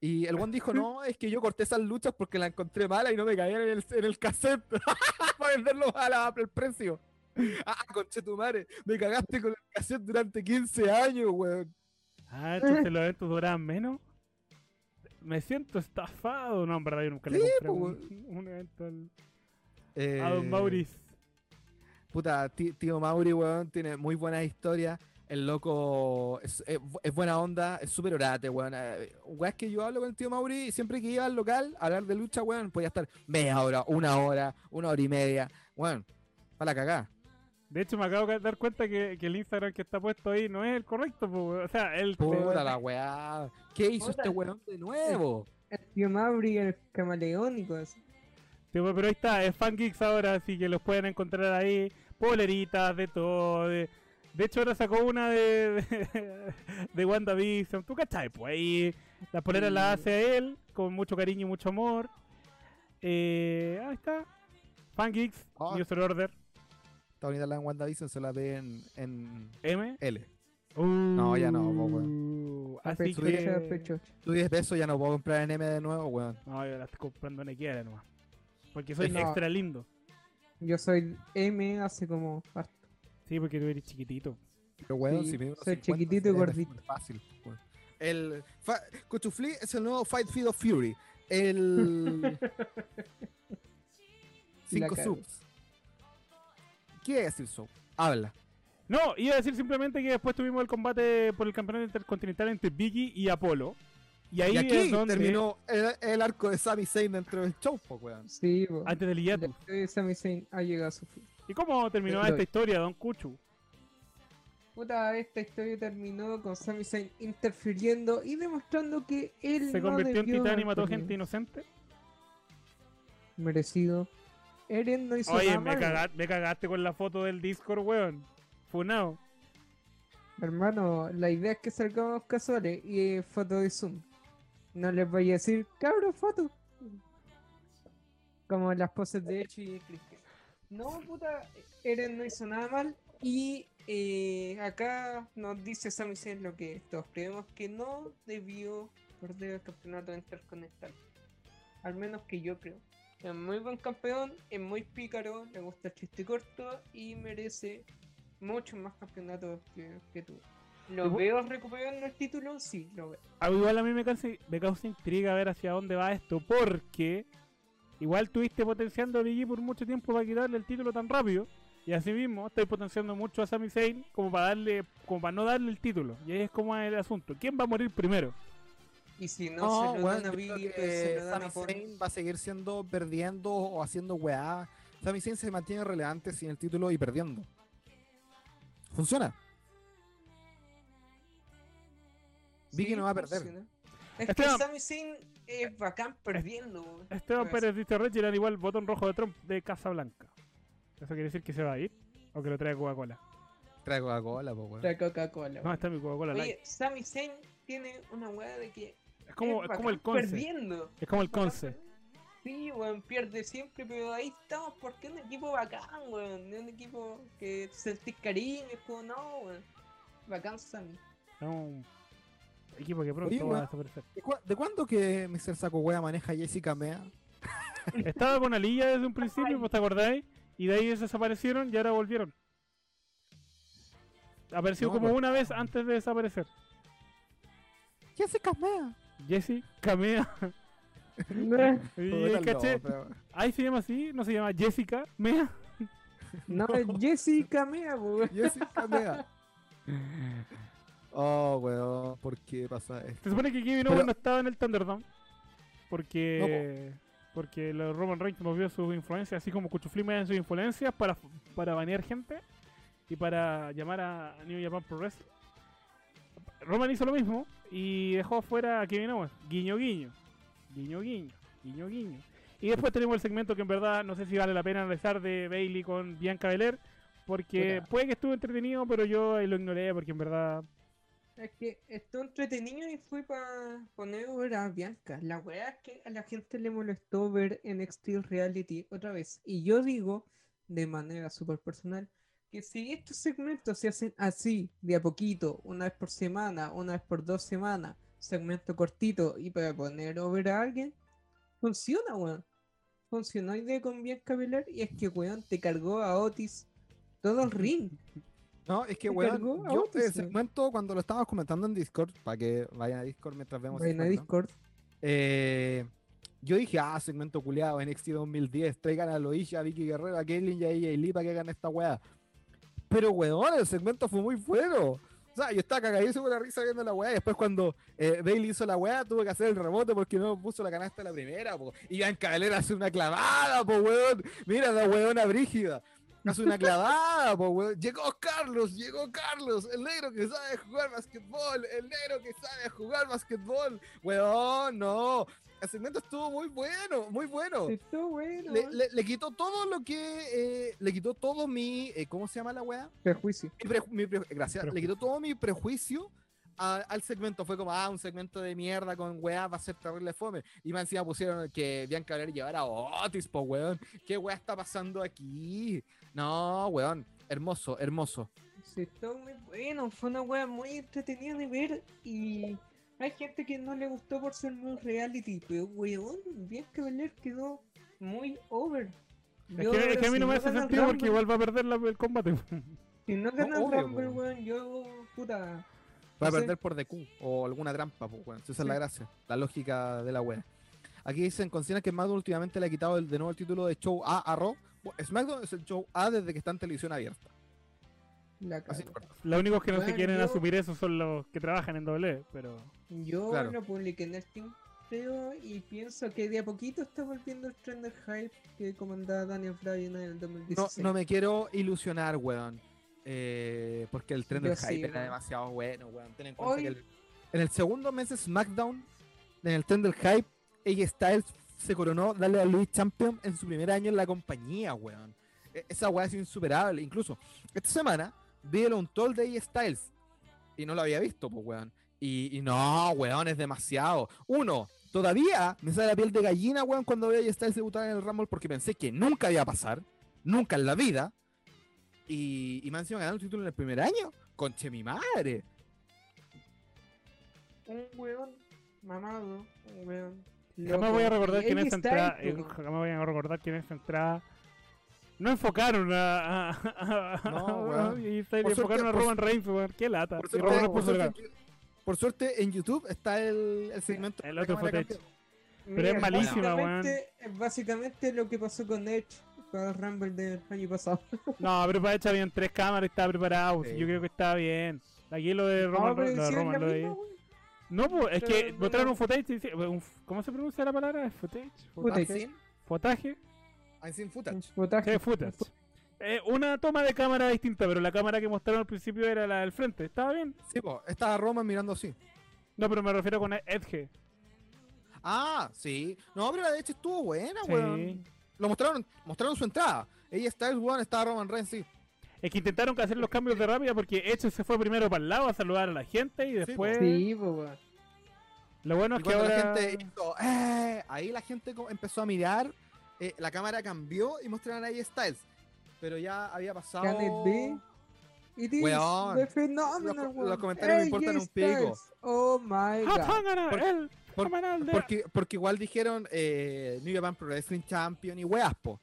Speaker 4: Y el weón dijo, no, es que yo corté esas luchas porque la encontré mala y no me caían en el, en el cassette para venderlo a la- al precio. Ah, conche tu madre, me cagaste con el cassette durante 15 años, weón.
Speaker 2: Ah,
Speaker 4: Eh.
Speaker 2: entonces los eventos duraban menos. Me siento estafado. No, en verdad, yo nunca le
Speaker 4: Sí,
Speaker 2: compré
Speaker 4: po,
Speaker 2: un, un evento al, a
Speaker 4: Eh,
Speaker 2: Don Maurice.
Speaker 4: Puta, ti- tío Mauri, weón, tiene muy buenas historias. El loco es, es bu- es buena onda, es súper orate, weón. Eh, Weón, es que yo hablo con el tío Mauri y siempre que iba al local a hablar de lucha, weón, podía estar media hora, una hora, una hora y media. Weón, para la cagá.
Speaker 2: De hecho, me acabo de dar cuenta que, que el Instagram que está puesto ahí no es el correcto. po, O sea, el.
Speaker 4: Puta la weá. ¿Qué hizo
Speaker 3: Puta.
Speaker 4: este weón de nuevo?
Speaker 3: El tío Mabri, el camaleón y cosas. así.
Speaker 2: Sí, pues, pero ahí está, es Geeks ahora, así que los pueden encontrar ahí. Poleritas, de todo. De, de hecho, ahora sacó una de, de, de WandaVision. ¿Tú cachai? Pues ahí las poleras
Speaker 3: Sí.
Speaker 2: las hace él, con mucho cariño y mucho amor. Eh, ahí está. Fangeeks,
Speaker 4: Ah.
Speaker 2: News and Order,
Speaker 4: Está bonita la en WandaVision, se la ve en, en
Speaker 2: M.
Speaker 4: L.
Speaker 2: No,
Speaker 4: ya no, po,
Speaker 2: Así
Speaker 3: Pechocha,
Speaker 2: que...
Speaker 3: pechocha.
Speaker 4: Tu 10 pesos ya no puedo comprar en M de nuevo, weón.
Speaker 2: No, yo la estoy comprando en Ikea nomás. Porque soy
Speaker 4: No.
Speaker 2: extra lindo.
Speaker 3: Yo soy M hace como ah, harto.
Speaker 2: Sí, porque tú eres chiquitito.
Speaker 4: Pero weón,
Speaker 3: Sí,
Speaker 4: si mide unos
Speaker 3: soy
Speaker 4: 50,
Speaker 3: chiquitito y
Speaker 4: es
Speaker 3: gordito.
Speaker 4: súper Fácil. weón. El fa- Cuchuflí es el nuevo Fight Feed of Fury. El. Cinco
Speaker 3: cago.
Speaker 4: subs. ¿Qué es el sub? Habla.
Speaker 2: No, iba a decir simplemente que después tuvimos el combate por el campeonato intercontinental entre Biggie y Apolo. Y ahí
Speaker 4: y aquí
Speaker 2: es donde,
Speaker 4: terminó el, el arco de Sami Zayn dentro del show, po, weón.
Speaker 3: Sí, bo.
Speaker 2: antes del hiatus.
Speaker 3: Esa misión ha llegado a su fin.
Speaker 2: ¿Y cómo terminó
Speaker 3: Pero-
Speaker 2: esta historia, Don Cuchu?
Speaker 3: Puta, esta historia terminó con Sami Zayn interfiriendo y demostrando que él
Speaker 2: ¿Se
Speaker 3: no
Speaker 2: convirtió en
Speaker 3: debió
Speaker 2: titán y mató
Speaker 3: haber
Speaker 2: gente inocente?
Speaker 3: merecido. Eren no hizo
Speaker 2: Oye,
Speaker 3: nada
Speaker 2: me,
Speaker 3: malo.
Speaker 2: caga- me cagaste con la foto del Discord, weón. Funao.
Speaker 3: Hermano, la idea es que salgamos casuales y eh, foto de Zoom. No les voy a decir, cabros, foto. Como las poses de hecho y Cristian. No, puta, Eren no hizo nada mal. Y eh, acá nos dice Sami Zayn lo que todos creemos que no debió perder el campeonato intercontinental. Al menos que yo creo. Es muy buen campeón, es muy pícaro, le gusta el chiste corto y merece muchos más campeonatos que, que tú. ¿Lo
Speaker 2: Igual-
Speaker 3: veo recuperando el título? Sí, lo veo.
Speaker 2: Ah, igual a mí me causa, me causa intriga ver hacia dónde va esto, porque igual tuviste potenciando a Big E por mucho tiempo para quitarle el título tan rápido, y así mismo estoy potenciando mucho a Sami Zayn como para darle, como para no darle el título. Y ahí es como el asunto. ¿Quién va a morir primero?
Speaker 3: Y si no,
Speaker 4: No,
Speaker 2: Oh,
Speaker 3: se lo
Speaker 4: weón,
Speaker 3: dan a
Speaker 4: yo
Speaker 3: Big,
Speaker 4: creo
Speaker 3: E,
Speaker 4: que
Speaker 3: se lo dan
Speaker 4: Sami
Speaker 3: a Paul.
Speaker 4: Zayn va a seguir siendo perdiendo o haciendo weá. Sami Zayn se mantiene relevante sin el título y perdiendo. Funciona. Big E
Speaker 3: Sí,
Speaker 4: no va a perder.
Speaker 3: funciona. Es
Speaker 2: Esteban.
Speaker 3: que Sami Zayn es bacán perdiendo. Pues, weón.
Speaker 2: Esteban
Speaker 3: Pero
Speaker 2: Pérez dice Reginald igual botón rojo de Trump de Casablanca. ¿Eso quiere decir que se va a ir? ¿O que lo trae Coca-Cola?
Speaker 4: Trae Coca-Cola, po,
Speaker 3: La
Speaker 4: weón.
Speaker 3: Coca-Cola.
Speaker 2: No,
Speaker 3: weón.
Speaker 2: está mi Coca-Cola Light.
Speaker 3: Oye, Sami Zayn tiene una weá de que
Speaker 2: Es como,
Speaker 3: es
Speaker 2: es como el
Speaker 3: bacán
Speaker 2: Conce.
Speaker 3: perdiendo.
Speaker 2: Es como el
Speaker 3: bacán
Speaker 2: Conce.
Speaker 3: perdiendo. Sí, weón, pierde siempre, pero ahí estamos porque es un equipo bacán, weón. Es un equipo que sentís cariño, es como no, weón. Bacán Sami.
Speaker 2: Es un equipo que
Speaker 4: Oye,
Speaker 2: pronto va a
Speaker 4: weón.
Speaker 2: desaparecer.
Speaker 4: ¿De, cua- de cuándo que Mr. Saco Wea maneja a Jessica Mea?
Speaker 2: Estaba con Alilla desde un principio, ¿vos te acordáis? Y de ahí desaparecieron y ahora volvieron. Apareció
Speaker 4: No,
Speaker 2: como
Speaker 4: pues.
Speaker 2: una vez antes de desaparecer.
Speaker 4: Jessica Mea.
Speaker 2: Jesse, Camea. Y ahí
Speaker 4: Puta, no,
Speaker 2: caché,
Speaker 4: pero-
Speaker 2: ahí se llama así, no se llama Jessica, Mea.
Speaker 3: No, es Jessica Mea, weón.
Speaker 4: Jessica Mea. Oh, weón, ¿por qué pasa esto?
Speaker 2: Se supone que Kevin Owens
Speaker 4: Pero-
Speaker 2: no estaba en el Thunderdome. Porque. Porque lo- Roman Reigns movió sus influencias, así como Cuchuflí en sus influencias para, para banear gente y para llamar a New Japan Pro Wrestling. Roman hizo lo mismo y dejó fuera a Kevin Owens. Guiño, guiño. Guiño, guiño. Guiño, guiño. Y después tenemos el segmento que en verdad no sé si vale la pena analizar de Bailey con Bianca Belair. Porque
Speaker 4: Puta.
Speaker 2: puede que estuvo entretenido, pero yo ahí lo ignoré porque en verdad
Speaker 3: Es que estuvo entretenido y fue para poner ver a Bianca. La weá es que a la gente le molestó ver NXT Reality otra vez. Y yo digo, de manera súper personal, que si estos segmentos se hacen así, de a poquito, una vez por semana, una vez por dos semanas, segmento cortito y para poner over a alguien, funciona, weón. Funcionó idea con Bianca Belair y es que, weón, te cargó a Otis todo el ring.
Speaker 4: No, es que,
Speaker 3: Me
Speaker 4: weón,
Speaker 3: cargó a
Speaker 4: yo
Speaker 3: Otis,
Speaker 4: el
Speaker 3: weón.
Speaker 4: segmento cuando lo estábamos comentando en Discord, para que vayan a Discord mientras vemos el
Speaker 3: Vayan a
Speaker 4: segmento,
Speaker 3: Discord.
Speaker 4: eh, yo dije, ah, segmento culiado, NXT 2010, traigan a Loisha, a Vicky Guerrero, a Caitlyn y a AJ Lee para que hagan esta weá. Pero, weón, el segmento fue muy bueno. O sea, yo estaba cagadísimo de la risa viendo la weá. Y después, cuando eh, Bailey hizo la weá, tuvo que hacer el rebote porque no puso la canasta en la primera. Po. Y Bianca Belair hace una clavada, po, weón. Mira la weona brígida. Hace una clavada, po, weón. Llegó Carlos, llegó Carlos, el negro que sabe jugar basquetbol, el negro que sabe jugar basquetbol. Weón, no. El segmento estuvo muy bueno, muy bueno.
Speaker 3: Estuvo bueno.
Speaker 4: Le,
Speaker 3: weón.
Speaker 4: le- le quitó todo lo que. eh, le quitó todo mi. eh, ¿Cómo se llama la weá?
Speaker 3: Prejuicio.
Speaker 4: mi preju- mi preju- gracias, le
Speaker 2: Prejuicio.
Speaker 4: quitó todo mi prejuicio a- al segmento. Fue como, ah, un segmento de mierda con weá, va a ser terrible fome. Y más encima pusieron que Bianca Belair llevar a Otis, po weón. ¿Qué weá está pasando aquí? No, weón. Hermoso, hermoso.
Speaker 3: Sí, estuvo muy bueno, fue una wea muy entretenida de ver y hay gente que no le gustó por ser muy reality, pero weón, Bianca Belair quedó muy over.
Speaker 2: Es
Speaker 3: Yo,
Speaker 2: que, es que a mí
Speaker 3: si
Speaker 2: no me hace
Speaker 3: gana el
Speaker 2: sentido porque
Speaker 3: Rumble-
Speaker 2: igual va a perder la- el combate.
Speaker 3: Si no gana el
Speaker 4: obvio,
Speaker 3: Rumble,
Speaker 4: po.
Speaker 3: weón, yo, puta,
Speaker 4: Va
Speaker 3: No
Speaker 4: a
Speaker 3: sé.
Speaker 4: perder por DQ o alguna trampa, pues, weón. Esa es la
Speaker 3: Sí.
Speaker 4: gracia, la lógica de la wea. Aquí dicen, consideran que SmackDown últimamente le ha quitado el- de nuevo el título de show A a Raw. Bu- SmackDown es el show A desde que está en televisión abierta.
Speaker 3: la
Speaker 4: Así
Speaker 3: cago.
Speaker 4: de corto.
Speaker 2: Los únicos que no se
Speaker 3: Bueno,
Speaker 2: quieren
Speaker 3: yo-
Speaker 2: asumir eso son los que trabajan en doble, pero
Speaker 3: Yo
Speaker 4: Claro.
Speaker 3: lo publiqué en el Steam, creo, y pienso que de a poquito está volviendo el trend del hype que comandaba Daniel Bryan en el
Speaker 4: No,
Speaker 3: 2016.
Speaker 4: no me quiero ilusionar, weón. Eh, porque el tren del
Speaker 3: Yo sí,
Speaker 4: hype era
Speaker 3: weón.
Speaker 4: demasiado bueno, weón. Ten en cuenta
Speaker 3: Hoy-
Speaker 4: que el- en el segundo mes de SmackDown, en el tren del hype, AJ Styles se coronó darle a Luis Champion en su primer año en la compañía, weón. E- Esa weá es insuperable. Incluso, esta semana vi el Untold de AJ Styles y no lo había visto, pues, weón. Y, y no, weón, es demasiado. Uno, todavía me sale la piel de gallina, weón, cuando veo a Styles debutar en el Rumble porque pensé que nunca iba a pasar. Nunca en la vida. Y, y me han sido ganando el título en el primer año. Conche mi madre.
Speaker 3: Un weón mamado, un weón.
Speaker 2: Jamás voy a recordar quién
Speaker 3: que
Speaker 2: es esta entrada. eh, jamás voy a recordar quién es esta entrada. No enfocaron a. a, a- a-
Speaker 4: No,
Speaker 2: a-
Speaker 4: weón.
Speaker 2: y está- y
Speaker 4: Por
Speaker 2: enfocaron
Speaker 4: suerte-
Speaker 2: a
Speaker 4: por
Speaker 2: Roman Reigns, weón. Qué lata.
Speaker 4: Por
Speaker 2: Y
Speaker 4: suerte,
Speaker 2: Roman Reigns
Speaker 4: por
Speaker 2: puso la
Speaker 4: suerte en- por suerte, en YouTube está el, el segmento.
Speaker 2: El
Speaker 4: de
Speaker 2: otro
Speaker 4: cámara
Speaker 2: footage.
Speaker 4: cambiada.
Speaker 2: Pero es malísima, weón.
Speaker 3: Es básicamente lo que pasó con Edge con el Rumble del año pasado.
Speaker 2: cara. No, pero para hecho habían tres cámaras y estaba preparado.
Speaker 4: Sí.
Speaker 2: Yo creo que estaba bien. Aquí lo de Roman
Speaker 3: No, pero
Speaker 2: Reigns- lo de
Speaker 3: hicieron
Speaker 2: Roman,
Speaker 3: la
Speaker 2: lo de-
Speaker 3: misma, weón.
Speaker 2: No, pues, es que
Speaker 3: Pero,
Speaker 2: botaron
Speaker 3: bueno.
Speaker 2: un footage. y dice- un- ¿Cómo se pronuncia la palabra? ¿Footage?
Speaker 3: Footage.
Speaker 4: I've seen-
Speaker 2: ¿Fotaje?
Speaker 4: I've seen footage.
Speaker 3: Botaje.
Speaker 2: Sí, footage. Eh, una toma de cámara distinta, pero la cámara que mostraron al principio era la del frente. Estaba bien.
Speaker 4: Sí, po, estaba Roman mirando así.
Speaker 2: No, pero me refiero con Edge.
Speaker 4: Ah, sí. No, pero la de hecho estuvo buena,
Speaker 2: Sí.
Speaker 4: Ah, weón. Lo mostraron, mostraron su entrada. Ella está el weón, estaba Roman Reigns, sí.
Speaker 2: Es que intentaron que hacer los cambios de rápida porque Edge se fue primero para el lado a saludar a la gente y después.
Speaker 3: Sí, po, weón.
Speaker 2: Lo bueno
Speaker 4: y
Speaker 2: es que
Speaker 4: cuando
Speaker 2: ahora.
Speaker 4: la gente hizo, "Eh", ahí la gente co- empezó a mirar, eh, la cámara cambió y mostraron a AJ Styles. Pero ya había pasado.
Speaker 3: Can it be? It is
Speaker 4: Weón,
Speaker 3: the phenomenal
Speaker 4: los co-
Speaker 3: one.
Speaker 4: los comentarios me
Speaker 3: AJ
Speaker 4: importan un pico.
Speaker 3: Styles. Oh my
Speaker 2: ¡Ah,
Speaker 3: god.
Speaker 2: Tangana!
Speaker 4: Por-
Speaker 2: ¡El
Speaker 4: por-
Speaker 2: semanal de-
Speaker 4: Porque, porque igual dijeron eh, New Japan Pro Wrestling Champion y weas, po.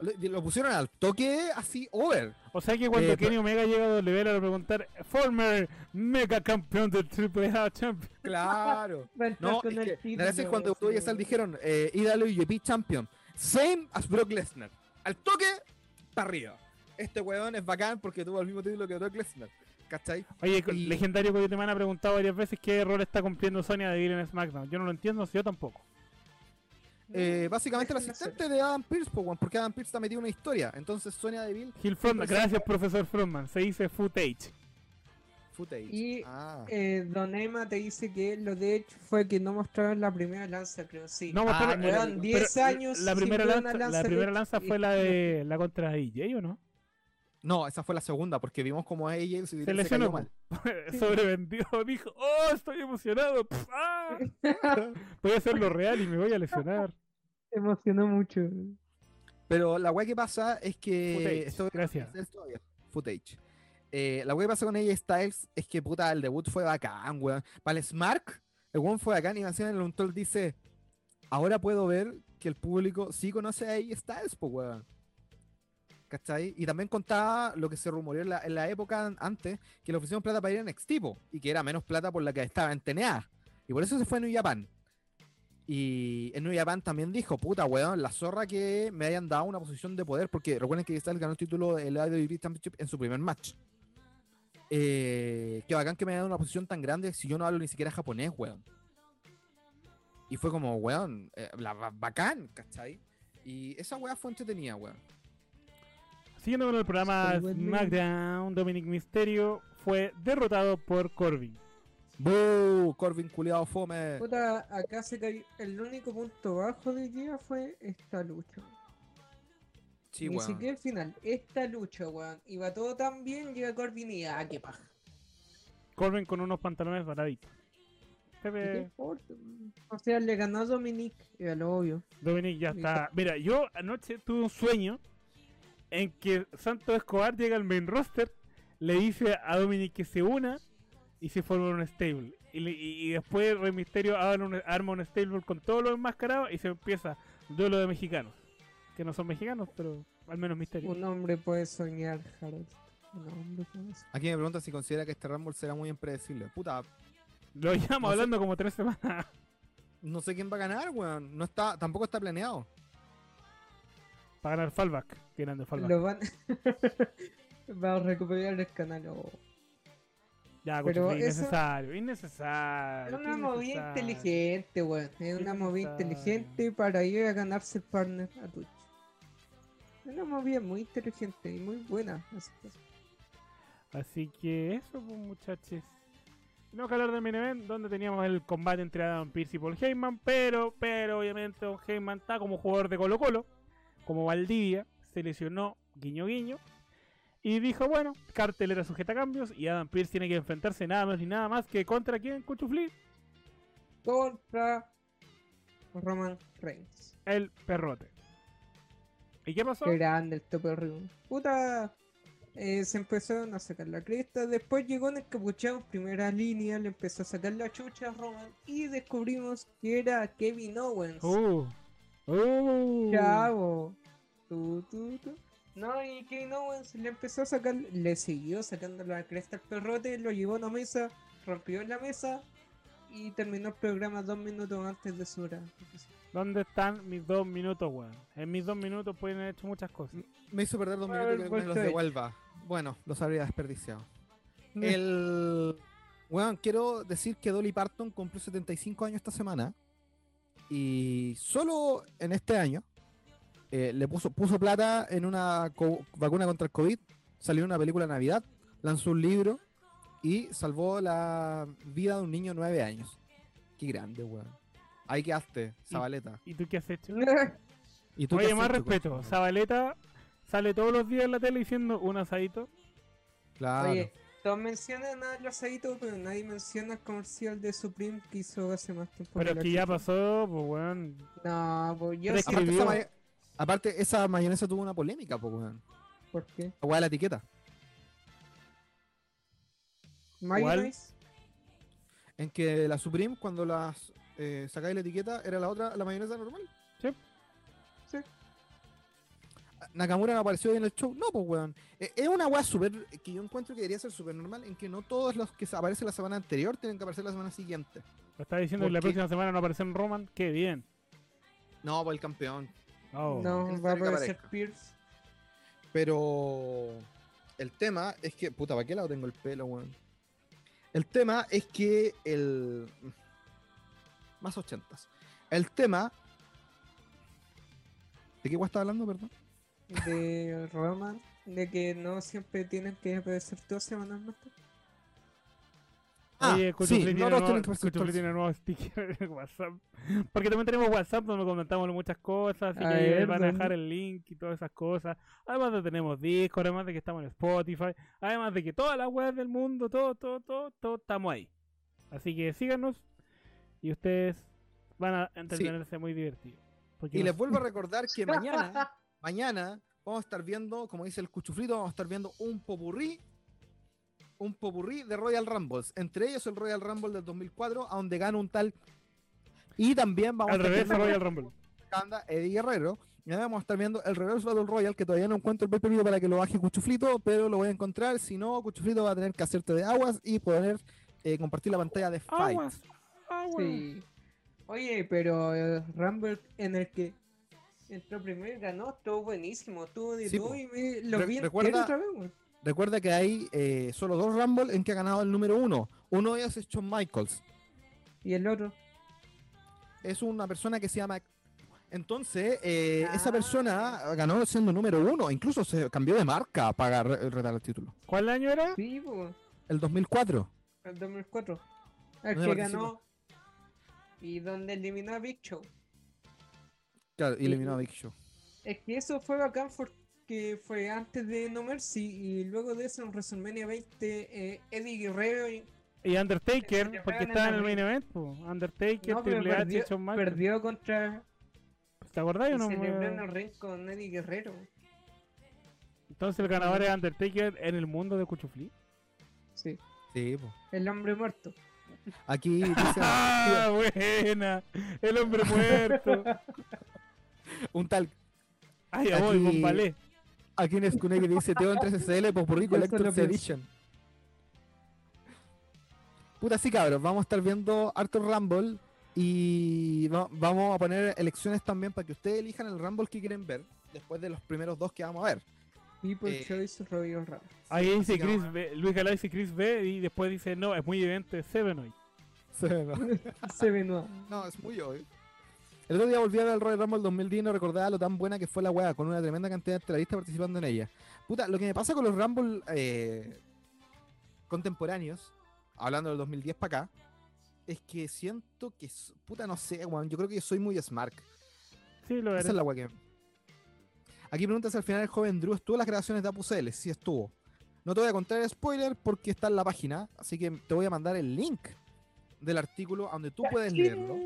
Speaker 4: Lo, lo pusieron al toque así over.
Speaker 2: O sea que cuando
Speaker 4: Eh,
Speaker 2: Kenny Omega llega a WWE le van a preguntar: Former mega campeón del Triple A Champion.
Speaker 4: Claro.
Speaker 3: Va a entrar
Speaker 4: No,
Speaker 3: con el
Speaker 4: es que,
Speaker 3: título,
Speaker 4: la verdad es que cuando
Speaker 3: sí,
Speaker 4: tú ya
Speaker 3: weón.
Speaker 4: dijeron eh, IWGP Champion, same as Brock Lesnar. Al toque, para arriba. Este weón es bacán porque tuvo el mismo título que Brock Lesnar. ¿Cachai?
Speaker 2: Oye,
Speaker 4: Y-
Speaker 2: el legendario que me han preguntado varias veces qué rol está cumpliendo Sonia de en SmackDown. Yo no lo entiendo, si yo tampoco.
Speaker 4: Eh, básicamente el
Speaker 3: déjenla
Speaker 4: asistente de Adam Pierce, po, weón, porque Adam Pierce está metido en una historia. Entonces Sonia Deville,
Speaker 2: Gil Frontman,
Speaker 3: pues,
Speaker 2: gracias, profesor Frontman. Se dice footage.
Speaker 4: footage.
Speaker 3: Y,
Speaker 4: Ah.
Speaker 3: Eh, Don Emma te dice que lo de hecho fue que no mostraron la primera lanza, creo, sí.
Speaker 2: No,
Speaker 4: Ah,
Speaker 2: mostraron-
Speaker 4: weón,
Speaker 2: eh, pero
Speaker 3: 10 años
Speaker 2: La
Speaker 3: sin
Speaker 2: primera
Speaker 3: ver una
Speaker 2: lanza, la
Speaker 3: lanza
Speaker 2: primera
Speaker 3: de-
Speaker 2: lanza fue la de la contra DJ, ¿o no?
Speaker 4: No, esa fue la segunda, porque vimos como ella se,
Speaker 2: Se
Speaker 4: cayó
Speaker 2: lesionó.
Speaker 4: mal.
Speaker 2: Sobrevendió, dijo, oh, estoy emocionado. pf, ah, voy a hacerlo real y me voy a lesionar.
Speaker 3: emocionó mucho.
Speaker 4: Pero la weá que pasa es que.
Speaker 2: Footage,
Speaker 4: esto-
Speaker 2: gracias.
Speaker 4: es todavía, Footage. Eh, la weá que pasa con ella Styles es que puta, el debut fue bacán, weón. Para el Smark, el weón fue bacán y encima en el Untold dice: Ahora puedo ver que el público sí conoce a AJ Styles, pues weón. ¿Cachai? Y también contaba lo que se rumoreó en la, en la época an- antes, que le ofrecieron plata para ir a Next Tipo y que era menos plata por la que estaba en TNA. Y por eso se fue a New Japan. Y en New Japan también dijo, puta weón, la zorra que me hayan dado una posición de poder, porque recuerden que Styles ganó el título del IWGP E Championship en su primer match. Eh, que bacán que me hayan dado una posición tan grande si yo no hablo ni siquiera japonés, weón. Y fue como, weón, eh, la, ba- bacán, ¿cachai? Y esa weá fue entretenida, weón.
Speaker 2: Siguiendo con el programa
Speaker 3: Estoy buen día.
Speaker 2: SmackDown, Dominic Mysterio fue derrotado por Corbin.
Speaker 4: ¡Boo! Corbin culiado fome.
Speaker 3: Puta, acá se cayó. El único punto bajo de día fue esta lucha.
Speaker 4: Sí,
Speaker 3: Ni
Speaker 4: weón.
Speaker 3: siquiera el final. Esta lucha, weón. Iba todo tan bien, llega Corbin y ah, qué paja.
Speaker 2: Corbin con unos pantalones baraditos.
Speaker 3: ¿Y qué
Speaker 2: Pepe,
Speaker 3: importa, weón? O sea, le ganó a Dominic, era lo obvio.
Speaker 2: Dominic ya está. Mira, yo anoche tuve un sueño en que Santo Escobar llega al main roster, le dice a Dominic que se una y se forma un stable. Y, le- y- y después Rey Misterio arma un, arma un stable con todos los enmascarados y se empieza duelo de mexicanos. Que no son mexicanos, pero al menos Misterio.
Speaker 3: Un hombre puede soñar, Harold. Un hombre puede soñar.
Speaker 4: Aquí me pregunta si considera que este Rumble será muy impredecible. Puta,
Speaker 2: Lo llevamos
Speaker 4: no sé.
Speaker 2: hablando como tres semanas.
Speaker 4: no sé quién va a ganar, weón. No está, tampoco está planeado.
Speaker 2: Para ganar Fallback. que eran de Fallback.
Speaker 3: Lo van... Va a recuperar el canal. oh.
Speaker 2: ya,
Speaker 3: pero
Speaker 2: concha,
Speaker 3: eso-
Speaker 2: innecesario, innecesario.
Speaker 3: Es una
Speaker 2: qué
Speaker 3: movida
Speaker 2: innecesario.
Speaker 3: inteligente, weón. Es una movida
Speaker 2: Innecesario.
Speaker 3: inteligente para ir a ganarse el partner a Twitch. Es una movida muy inteligente y muy buena. así que-
Speaker 2: Así que eso, pues, muchachos. Tenemos que hablar del main event, donde teníamos el combate entre Adam Pearce y Paul Heyman, pero, pero obviamente Don Heyman está como jugador de Colo Colo, como Valdivia, se lesionó, guiño guiño. Y dijo, bueno, cartelera sujeta a cambios y Adam Pierce tiene que enfrentarse nada menos ni nada más que contra quién, Cuchufli,
Speaker 3: Contra Roman Reigns.
Speaker 2: el perrote. ¿Y qué pasó?
Speaker 3: Qué grande el tope del río. Puta. eh, se empezaron a sacar la cresta. Después llegó en el capuchado, primera línea. Le empezó a sacar la chucha a Roman. Y descubrimos que era Kevin Owens.
Speaker 2: Uh,
Speaker 1: Oh.
Speaker 2: uh.
Speaker 3: Chavo. Tu, tu, tu. No, y Kevin Owens le empezó a sacar, le siguió sacando la cresta al perrote, lo llevó a una mesa, rompió la mesa y terminó el programa dos minutos antes de su hora.
Speaker 2: ¿Dónde están mis dos minutos, weón? En mis dos minutos pueden haber hecho muchas cosas.
Speaker 4: Me hizo perder dos
Speaker 3: Bueno,
Speaker 4: minutos que
Speaker 3: el
Speaker 2: pues
Speaker 4: me los
Speaker 3: golpe.
Speaker 4: devuelva. Bueno, los habría desperdiciado.
Speaker 2: Mm.
Speaker 4: El. Bueno, quiero decir que Dolly Parton cumplió 75 años esta semana. Y solo en este año eh, le puso, puso plata en una co- vacuna contra el COVID. Salió en una película de Navidad. Lanzó un libro. Y salvó la vida de un niño de 9 años. Qué grande, weón. Ahí quedaste, Zabaleta.
Speaker 2: ¿Y tú qué has hecho?
Speaker 4: ¿Y tú qué
Speaker 2: Oye,
Speaker 4: has
Speaker 2: más
Speaker 4: hecho,
Speaker 2: respeto.
Speaker 4: conchetumare?
Speaker 2: Zabaleta sale todos los días en la tele diciendo un asadito.
Speaker 4: Claro.
Speaker 3: Oye, todos mencionan a los Saito, pero nadie menciona el comercial de Supreme que hizo hace más tiempo.
Speaker 2: Pero es
Speaker 3: la
Speaker 2: que ya
Speaker 3: chucha.
Speaker 2: pasó, pues, weón.
Speaker 3: No, pues yo
Speaker 2: Pero es que-
Speaker 3: sí,
Speaker 4: Aparte
Speaker 2: escribió.
Speaker 4: esa, may- aparte, esa mayonesa tuvo una polémica, po, weón.
Speaker 3: ¿por qué?
Speaker 4: La weá de la etiqueta.
Speaker 3: Mayonnaise.
Speaker 4: En que la Supreme, cuando las eh, sacáis la etiqueta, era la otra, la mayonesa normal.
Speaker 2: Sí.
Speaker 3: Sí.
Speaker 4: Nakamura no apareció hoy en el show. No, pues, weón. Eh, es una weá súper. que yo encuentro que debería ser súper normal. En que no todos los que aparecen la semana anterior tienen que aparecer la semana siguiente.
Speaker 2: Lo está diciendo
Speaker 4: ¿Por
Speaker 2: que la
Speaker 4: qué?
Speaker 2: próxima semana no aparece en Roman. Qué bien.
Speaker 4: No, por el campeón.
Speaker 2: Oh.
Speaker 3: No,
Speaker 4: Tiene
Speaker 3: va a
Speaker 4: que
Speaker 3: aparecer
Speaker 4: aparezca.
Speaker 3: Pierce.
Speaker 4: Pero el tema es que. Puta, ¿para qué lado tengo el pelo, weón? El tema es que el. Más ochentas. El tema. ¿De qué weón estaba hablando, perdón?
Speaker 3: de Roman, de que no siempre tienen que aparecer dos semanas más tarde.
Speaker 2: Oye, Cuchufli
Speaker 4: Ah, sí,
Speaker 2: Eh, tiene,
Speaker 4: no, no,
Speaker 2: nuevo,
Speaker 4: tienen que aparecer
Speaker 2: Cuchufli
Speaker 4: todos.
Speaker 2: tiene nuevo sticker en WhatsApp. Porque también tenemos WhatsApp donde comentamos muchas cosas. Así
Speaker 3: A
Speaker 4: Ah,
Speaker 2: que ahí
Speaker 3: ver,
Speaker 2: van a
Speaker 3: ¿dónde?
Speaker 2: dejar el link y todas esas cosas. Además de tenemos Discord, además de que estamos en Spotify, además de que todas las webs del mundo, todo, todo, todo, todo, estamos ahí. Así que síganos y ustedes van a entretenerse muy divertido. Porque
Speaker 4: Y
Speaker 2: nos-
Speaker 4: les vuelvo a recordar que mañana, mañana vamos a estar viendo, como dice el cuchuflito, vamos a estar viendo un popurrí. Un popurrí de Royal Rumbles. Entre ellos el Royal Rumble del 2004, a donde gana un tal. Y también vamos
Speaker 2: al
Speaker 4: a estar
Speaker 2: revés,
Speaker 4: viendo-
Speaker 2: Royal Rumble.
Speaker 4: Kanda, Eddie Guerrero. Y ahora vamos a estar viendo el Reverse Battle Royal, que todavía no encuentro el pay para que lo baje Cuchuflito, pero lo voy a encontrar. Si no, Cuchuflito va a tener que hacerte de aguas y poder eh, compartir la pantalla de Fight.
Speaker 2: Aguas, aguas.
Speaker 3: Sí. Oye, pero el Rumble en el que entró primero y ganó, estuvo buenísimo, estuvo de
Speaker 4: Sí,
Speaker 3: todo
Speaker 4: po.
Speaker 3: y me- lo
Speaker 4: Re-
Speaker 3: vi entero
Speaker 4: recuerda-
Speaker 3: otra vez, weón.
Speaker 4: Recuerda que hay eh, solo dos Rumble en que ha ganado el número uno. Uno de ellos es Shawn Michaels.
Speaker 3: Y el otro.
Speaker 4: Es una persona que se llama. Entonces, eh, esa
Speaker 3: Ah.
Speaker 4: persona ganó siendo número uno. Incluso se cambió de marca para re- retar el título.
Speaker 2: ¿Cuál año era?
Speaker 3: Sí, po,
Speaker 4: El 2004.
Speaker 3: el 2004. El
Speaker 4: ¿Dónde
Speaker 3: que
Speaker 4: participó?
Speaker 3: ganó. Y donde eliminó a Big Show.
Speaker 4: Claro, y eliminó a Big Show.
Speaker 3: Es que eso fue bacán porque fue antes de No Mercy y luego de eso en WrestleMania 20 eh, Eddie Guerrero y-
Speaker 2: Y
Speaker 3: Se
Speaker 2: Undertaker,
Speaker 3: le
Speaker 2: porque
Speaker 3: pegan en
Speaker 2: estaba en
Speaker 3: la
Speaker 2: el
Speaker 3: ring.
Speaker 2: main event. po. Undertaker,
Speaker 3: no, pero
Speaker 2: Triple H,
Speaker 3: perdió,
Speaker 2: Shawn Michaels.
Speaker 3: perdió contra
Speaker 2: ¿Te acordás
Speaker 3: Y
Speaker 2: o no?
Speaker 3: celebró en
Speaker 2: weón?
Speaker 3: el ring con Eddie Guerrero.
Speaker 2: Entonces el ganador es Undertaker en el mundo de Cuchufli.
Speaker 3: Sí.
Speaker 4: Sí, po.
Speaker 3: El hombre muerto.
Speaker 4: Aquí dice.
Speaker 2: ¡Ah, buena! El hombre muerto.
Speaker 4: un tal
Speaker 2: ¡Ay, ya voy,
Speaker 4: Aquí-
Speaker 2: bombalé!
Speaker 4: aquí en Skune que dice Teo en 3SL Popurrí
Speaker 3: Yo solo
Speaker 4: Collector's
Speaker 3: pienso.
Speaker 4: Edition. Puta, sí, cabros, vamos a estar viendo harto Rumble y va- vamos a poner elecciones también para que ustedes elijan el Rumble que quieren ver después de los primeros dos que vamos a ver.
Speaker 3: People
Speaker 4: Eh. ah,
Speaker 3: Choice Royal Rumble.
Speaker 2: Ahí dice
Speaker 4: sí,
Speaker 2: Chris B, Luis Galá dice Chris B y después dice, no, es muy evidente, Seven hoy.
Speaker 3: Se ve nuevo.
Speaker 4: No, es muy obvio. El otro día volví a ver el Royal Rumble 2010 y no recordaba lo tan buena que fue la weá, con una tremenda cantidad de entrevistas participando en ella. Puta, lo que me pasa con los Rumble eh, contemporáneos, hablando del 2010 para acá, es que siento que, s- puta, no sé, weón, yo creo que soy muy smart.
Speaker 2: Sí, lo
Speaker 4: Esa
Speaker 2: eres.
Speaker 4: es la weá que... Aquí preguntas al final el joven Drew, ¿estuvo en las grabaciones de Apu CL? Sí estuvo. No te voy a contar el spoiler porque está en la página, así que te voy a mandar el link del artículo a donde tú puedes leerlo.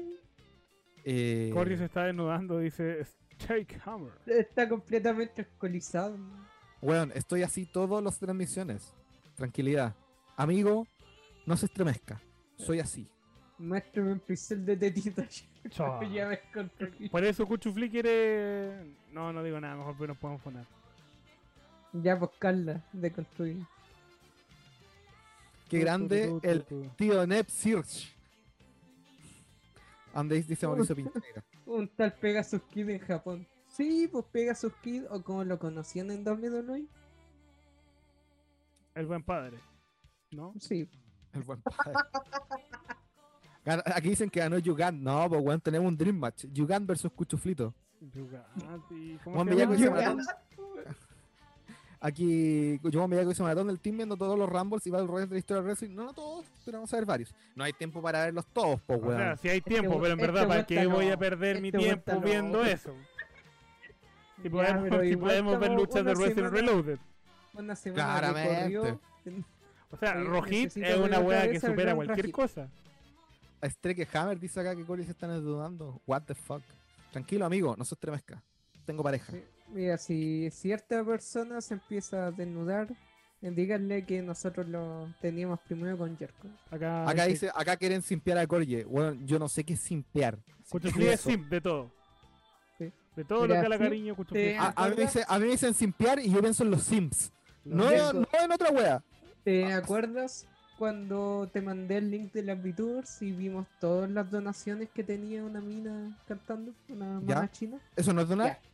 Speaker 4: Eh,
Speaker 2: Cordy se está desnudando, dice Hammer.
Speaker 3: Está completamente alcoholizado.
Speaker 4: Weón, estoy así todas las transmisiones. Tranquilidad. Amigo, no se estremezca. Soy así.
Speaker 3: Muéstrame un pincel de tetitas. ya me encontré.
Speaker 2: Por eso Cuchufli quiere. No, no digo nada, mejor que nos podemos poner.
Speaker 3: Ya pues, buscarla, de construir.
Speaker 4: Qué grande
Speaker 2: Tu, tu, tu,
Speaker 4: el
Speaker 2: tu, tu.
Speaker 4: tío Nep Sirch. Andéis dice Mauricio Piñera.
Speaker 3: Un tal Pegasus Kid en Japón. Sí, pues Pegasus Kid, o como lo conocían en E. WWE.
Speaker 2: El buen padre. ¿No?
Speaker 3: Sí.
Speaker 4: El buen padre. Gan- Aquí dicen que ganó Yugan. No, pues weón, tenemos un Dream Match. Yugan versus Cuchuflito.
Speaker 2: Yugati,
Speaker 4: Juan
Speaker 2: ¿Cómo se
Speaker 4: Bellaco
Speaker 2: llama?
Speaker 4: hizo maratón. Aquí, yo me que hizo maratón del team viendo todos los Rumbles y va el rollo de la historia del wrestling. No, no todos, pero vamos a ver varios. No hay tiempo para verlos todos, pues
Speaker 2: O
Speaker 4: weón.
Speaker 2: sea, si hay tiempo,
Speaker 3: Este
Speaker 2: pero en
Speaker 3: we-
Speaker 2: verdad,
Speaker 3: este
Speaker 2: ¿para
Speaker 3: weón
Speaker 2: qué
Speaker 3: está
Speaker 2: voy a
Speaker 3: loco.
Speaker 2: perder mi
Speaker 3: Este weón
Speaker 2: tiempo
Speaker 3: está loco.
Speaker 2: viendo eso? Si
Speaker 3: Ya,
Speaker 2: podemos,
Speaker 3: pero
Speaker 2: si
Speaker 3: igual
Speaker 2: podemos ver
Speaker 3: estamos
Speaker 2: luchas de
Speaker 3: una
Speaker 2: Wrestling
Speaker 3: semana-
Speaker 2: Reloaded.
Speaker 3: Una semana que
Speaker 4: Claramente.
Speaker 3: corrió.
Speaker 2: O sea,
Speaker 3: Oye,
Speaker 2: Rojit
Speaker 3: necesito
Speaker 2: es una
Speaker 3: ver otra
Speaker 2: wea
Speaker 3: vez
Speaker 2: que
Speaker 3: al
Speaker 2: supera
Speaker 3: gran
Speaker 2: cualquier
Speaker 3: Rojit.
Speaker 2: cosa.
Speaker 4: A Strike Hammer dice acá que Corey se están desnudando. What the fuck. Tranquilo, amigo, no se estremezca. Tengo pareja.
Speaker 3: Sí. Mira, si cierta persona se empieza a desnudar, eh, díganle que nosotros lo teníamos primero con Jerko.
Speaker 2: Acá,
Speaker 4: Acá dice, acá quieren simpear a Corey. Bueno, yo no sé qué es simpear.
Speaker 2: Cuchufli es
Speaker 4: Eso.
Speaker 2: simp de todo.
Speaker 3: Sí.
Speaker 2: De todo
Speaker 3: Mira,
Speaker 2: lo que le
Speaker 3: simp
Speaker 2: cariño Cuchufli.
Speaker 3: de-
Speaker 2: Ah,
Speaker 4: A, a mí me dice- a mí me dicen simpear y yo pienso en los sims. No,
Speaker 3: Los
Speaker 4: no en otra wea.
Speaker 3: ¿Te
Speaker 4: Ah,
Speaker 3: acuerdas cuando te mandé el link de las VTubers y vimos todas las donaciones que tenía una mina cantando? Una
Speaker 4: Ya.
Speaker 3: mamá china.
Speaker 4: Eso no es donar.
Speaker 3: Ya.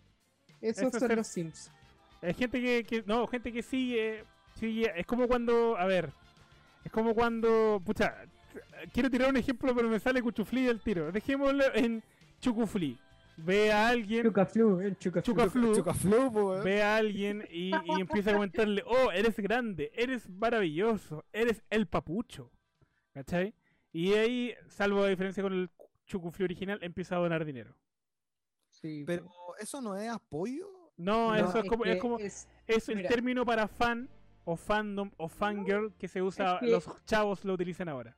Speaker 3: Esos
Speaker 2: Eso es
Speaker 3: son
Speaker 2: ser-
Speaker 3: los Sims.
Speaker 4: Ah.
Speaker 2: Hay gente que, que- No, gente que sigue. sigue es como cuando. A ver. Es como cuando. Pucha. Quiero tirar un ejemplo, pero me sale Cuchufli del tiro. Dejémoslo en Chucufli. Ve a alguien.
Speaker 3: Chucaflu, el Chucaflu.
Speaker 2: Chucaflu.
Speaker 4: Chocaflu, po, weón.
Speaker 2: Ve a alguien y, y empieza a comentarle: Oh, eres grande, eres maravilloso, eres el papucho. ¿Cachai? Y ahí, salvo la diferencia con el Chucufli original, empieza a donar dinero.
Speaker 3: Sí,
Speaker 4: Pero
Speaker 3: po.
Speaker 4: eso no es apoyo.
Speaker 2: No,
Speaker 3: No,
Speaker 2: eso es como.
Speaker 3: que
Speaker 2: Es como
Speaker 3: es-
Speaker 2: es el
Speaker 3: Mira.
Speaker 2: término para fan o fandom o fangirl que se usa,
Speaker 3: es que-
Speaker 2: los chavos lo utilizan ahora.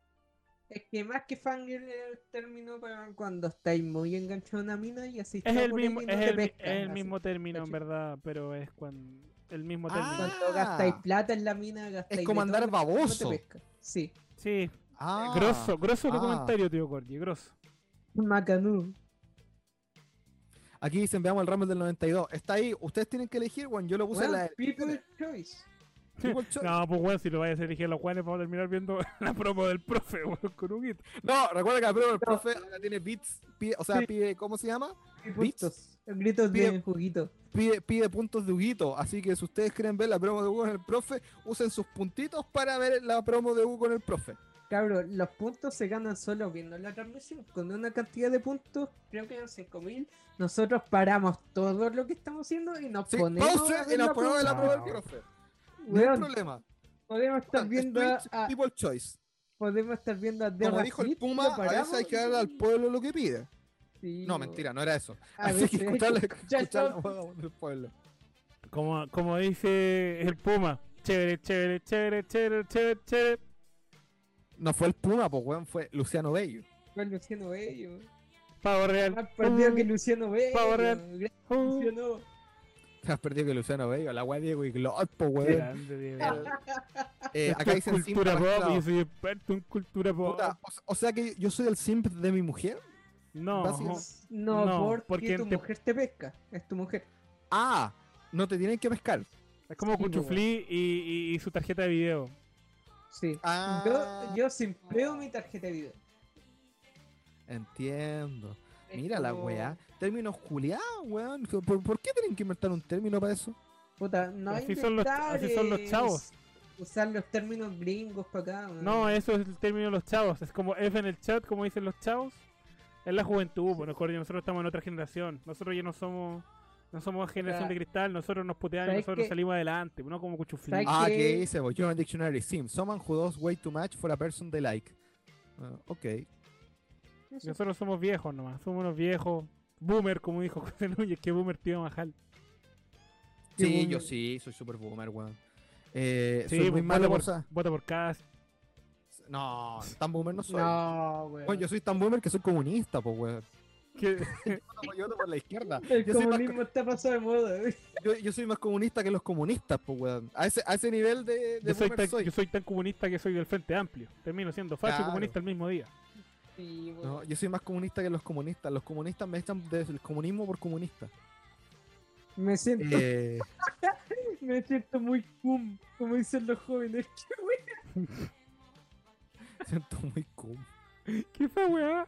Speaker 3: es que más que fangirl es el término para cuando estáis muy enganchado a una mina y así
Speaker 2: Es el mismo, es el, es el
Speaker 3: mismo
Speaker 2: mismo término en
Speaker 3: ¿cachai?
Speaker 2: verdad, pero es cuando el mismo
Speaker 4: Ah.
Speaker 2: término.
Speaker 3: Cuando gastáis plata en la mina, gastáis.
Speaker 4: Es como
Speaker 3: de todo,
Speaker 4: andar
Speaker 3: no te
Speaker 4: baboso.
Speaker 3: pesca. Sí.
Speaker 2: Sí,
Speaker 4: Ah,
Speaker 2: grosso, grosso tu
Speaker 4: ah.
Speaker 2: comentario, tío Cordy, grosso.
Speaker 3: Macanú.
Speaker 4: Aquí dicen, veamos el Rumble del 92. Está ahí. Ustedes tienen que elegir, weón. Yo lo puse en
Speaker 3: Bueno,
Speaker 4: la.
Speaker 3: People's Choice.
Speaker 4: People Choice.
Speaker 2: No, pues bueno, si lo vayas a elegir a los Juanes, vamos a terminar viendo la promo del profe, weón, con un hit.
Speaker 4: No, recuerda que la prueba del profe ahora tiene beats, pide- o sea, pide, ¿cómo se llama?
Speaker 3: Gritos. Gritos
Speaker 4: Bien.
Speaker 3: de juguito.
Speaker 4: Pide, pide puntos de Huguito. Así que si ustedes quieren ver la promo de Hugo con el profe, usen sus puntitos para ver la promo de Hugo con el profe.
Speaker 3: Cabro, los puntos se ganan solo viendo la transmisión. Con una cantidad de puntos, creo que eran 5000. Nosotros paramos todo lo que estamos haciendo y nos
Speaker 4: Sí,
Speaker 3: ponemos.
Speaker 4: pause
Speaker 3: a ver
Speaker 4: y nos
Speaker 3: la
Speaker 4: ponemos en la
Speaker 2: promo.
Speaker 4: prueba del profe.
Speaker 3: promo.
Speaker 4: No hay
Speaker 3: Weón,
Speaker 4: problema.
Speaker 3: podemos estar
Speaker 4: Es
Speaker 3: viendo
Speaker 4: Twitch,
Speaker 3: a.
Speaker 4: People Choice.
Speaker 3: Podemos estar viendo a
Speaker 4: Como
Speaker 3: Derra
Speaker 4: dijo el
Speaker 3: Smith,
Speaker 4: Puma,
Speaker 3: lo
Speaker 4: a veces hay
Speaker 3: paramos
Speaker 4: que darle al
Speaker 3: y-
Speaker 4: pueblo lo que pide.
Speaker 3: Sí,
Speaker 4: No,
Speaker 3: weón.
Speaker 4: mentira, no era eso.
Speaker 3: A
Speaker 4: Así que
Speaker 3: veces-
Speaker 4: escucharle,
Speaker 3: Ya
Speaker 4: escuchar la
Speaker 3: está.
Speaker 4: voz del pueblo.
Speaker 2: Como, como dice el Puma, chévere, chévere, chévere, chévere, chévere, chévere.
Speaker 4: No fue el Puma, pues weón, fue Luciano Bello.
Speaker 3: Fue Luciano Bello.
Speaker 2: Pavo real.
Speaker 3: Más perdido Ah, que Luciano Bello.
Speaker 2: Pavo real.
Speaker 3: Gran
Speaker 2: Uh, uh.
Speaker 3: Luciano.
Speaker 4: Te has perdido que Luciano Bello, la weá de Diego Iglot, pues
Speaker 2: Qué
Speaker 4: weón.
Speaker 2: grande, tío.
Speaker 4: El- eh,
Speaker 2: Esto
Speaker 4: acá
Speaker 2: es
Speaker 4: dicen simp
Speaker 2: cultura pop,
Speaker 4: arrastrado.
Speaker 2: yo soy experto en cultura pop.
Speaker 4: Puta, o, o sea que yo soy el simp de mi mujer.
Speaker 2: No,
Speaker 4: básicamente-
Speaker 3: No,
Speaker 2: No,
Speaker 3: porque,
Speaker 2: porque
Speaker 3: tu
Speaker 2: te-
Speaker 3: mujer te pesca. Es tu mujer.
Speaker 4: Ah, no te tienen que pescar.
Speaker 2: es como
Speaker 3: Sí,
Speaker 2: Cuchufli y, y- y su tarjeta de video.
Speaker 3: Sí.
Speaker 4: Ah.
Speaker 3: Yo, yo simpleo mi tarjeta de video.
Speaker 4: Entiendo.
Speaker 3: Es
Speaker 4: Mira la
Speaker 3: como-
Speaker 4: weá. Términos culiados, weón. ¿Por, por qué tienen que inventar un término para eso?
Speaker 3: Puta, no
Speaker 2: Así son los- así son los
Speaker 3: inventares
Speaker 2: chavos.
Speaker 3: Usar los términos gringos para acá. weón.
Speaker 2: No, eso es el término de los chavos. Es como F en el chat, como dicen los chavos. Es la juventud, bueno, Cordy, nosotros estamos en otra generación. Nosotros ya no somos no somos generación
Speaker 3: Claro.
Speaker 2: de cristal, nosotros nos putean y
Speaker 3: ¿Sabes
Speaker 2: nosotros
Speaker 3: qué?
Speaker 2: salimos adelante, no como Cuchufli.
Speaker 3: ¿Sabes
Speaker 4: Ah,
Speaker 3: que-
Speaker 4: ¿qué dice? Pues, German Dictionary Sim. Someone who does way too much for a person they like. Ah, ok.
Speaker 3: Eso.
Speaker 2: Nosotros somos viejos nomás, somos unos viejos. Boomer, como dijo José Núñez, que boomer tío Majal.
Speaker 3: Qué
Speaker 4: Sí, yo
Speaker 3: boomer.
Speaker 4: sí, soy super boomer, weón. Eh,
Speaker 2: Sí, pues,
Speaker 4: soy muy malo
Speaker 2: vota
Speaker 4: por...
Speaker 2: por, vota por Cast.
Speaker 4: No, tan boomer no soy.
Speaker 3: No, weón.
Speaker 4: Weón, yo soy tan boomer que soy comunista, pues, weón.
Speaker 2: que-
Speaker 4: Yo voto- Yo voto por la izquierda.
Speaker 3: El
Speaker 4: Yo soy, más,
Speaker 3: comunismo está pasado de moda. ¿eh? weón.
Speaker 4: yo, yo soy más comunista que los comunistas, pues, weón. A ese, a ese nivel de, de
Speaker 2: yo, soy
Speaker 4: boomer
Speaker 2: tan,
Speaker 4: soy.
Speaker 2: yo soy tan comunista que soy del Frente Amplio. Termino siendo facho y
Speaker 4: Claro.
Speaker 2: comunista el mismo día.
Speaker 3: Sí, weón.
Speaker 4: No, yo soy más comunista que los comunistas. Los comunistas me echan desde el comunismo por comunista.
Speaker 3: Me siento,
Speaker 4: Eh,
Speaker 3: me siento muy cum, como dicen los jóvenes. Qué weón.
Speaker 4: siento muy cool.
Speaker 2: ¿Qué fue, weá?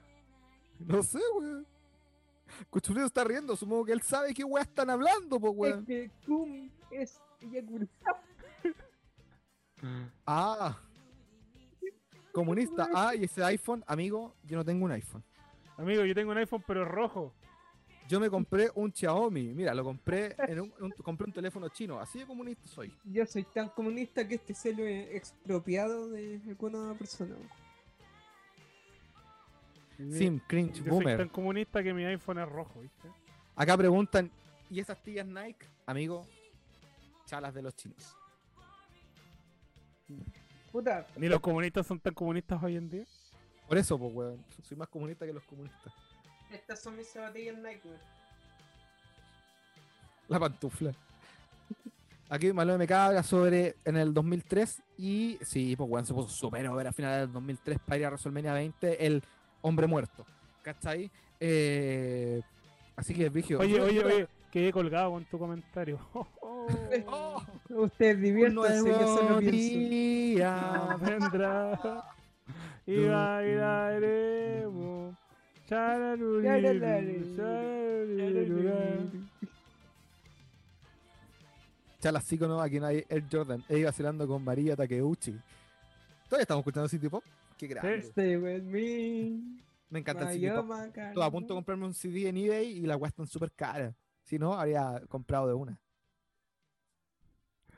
Speaker 4: No sé, weón. Cuchureo está riendo, supongo que él sabe qué weá están hablando, pues,
Speaker 3: Es
Speaker 4: weón.
Speaker 3: que cum es eyacular.
Speaker 2: Eh.
Speaker 4: Ah. Comunista. Ah, y ese iPhone, amigo, yo no tengo un iPhone.
Speaker 2: Amigo, yo tengo un iPhone, pero rojo.
Speaker 4: Yo me compré un Xiaomi. Mira, lo compré en un, un- compré un teléfono chino. Así de comunista soy.
Speaker 3: Yo soy tan comunista que este celo es expropiado de alguna persona. weón.
Speaker 4: Sim, cringe,
Speaker 2: Yo soy tan
Speaker 4: boomer.
Speaker 2: comunista que mi iPhone es rojo, ¿viste?
Speaker 4: Acá preguntan, ¿y esas tías Nike? Amigo, chalas de los chinos.
Speaker 3: Puta,
Speaker 2: Ni los comunistas son tan comunistas hoy en día.
Speaker 4: Por eso, pues, weón. Soy más comunista que los comunistas.
Speaker 3: estas son mis zapatillas Nike, weón.
Speaker 4: La pantufla. Aquí Malo me habla sobre en el 2003 y sí, pues weón se puso súper over a finales del 2003 para ir a WrestleMania 20, el hombre muerto. ¿Cachai? Eh, así que, Vigio.
Speaker 2: Oye, oye, oye, quedé colgado con tu comentario.
Speaker 4: Oh,
Speaker 3: Ustedes
Speaker 4: un
Speaker 3: diviértanse, yo solo
Speaker 4: nuevo
Speaker 3: pienso.
Speaker 4: día.
Speaker 2: vendrá y bailaremos. Chararuriru,
Speaker 3: Chararuriru,
Speaker 2: chararuriru.
Speaker 4: Chalas, sí, no, aquí no hay Air Jordan. Ey, vacilando con María Takeuchi. Todavía estamos escuchando City Pop. Qué grande.
Speaker 3: Stay with me.
Speaker 4: Me encanta el City Pop.
Speaker 3: Mayoma,
Speaker 4: Estuve a punto de comprarme un CD en eBay y la weá están súper cara. Si no, habría comprado de una.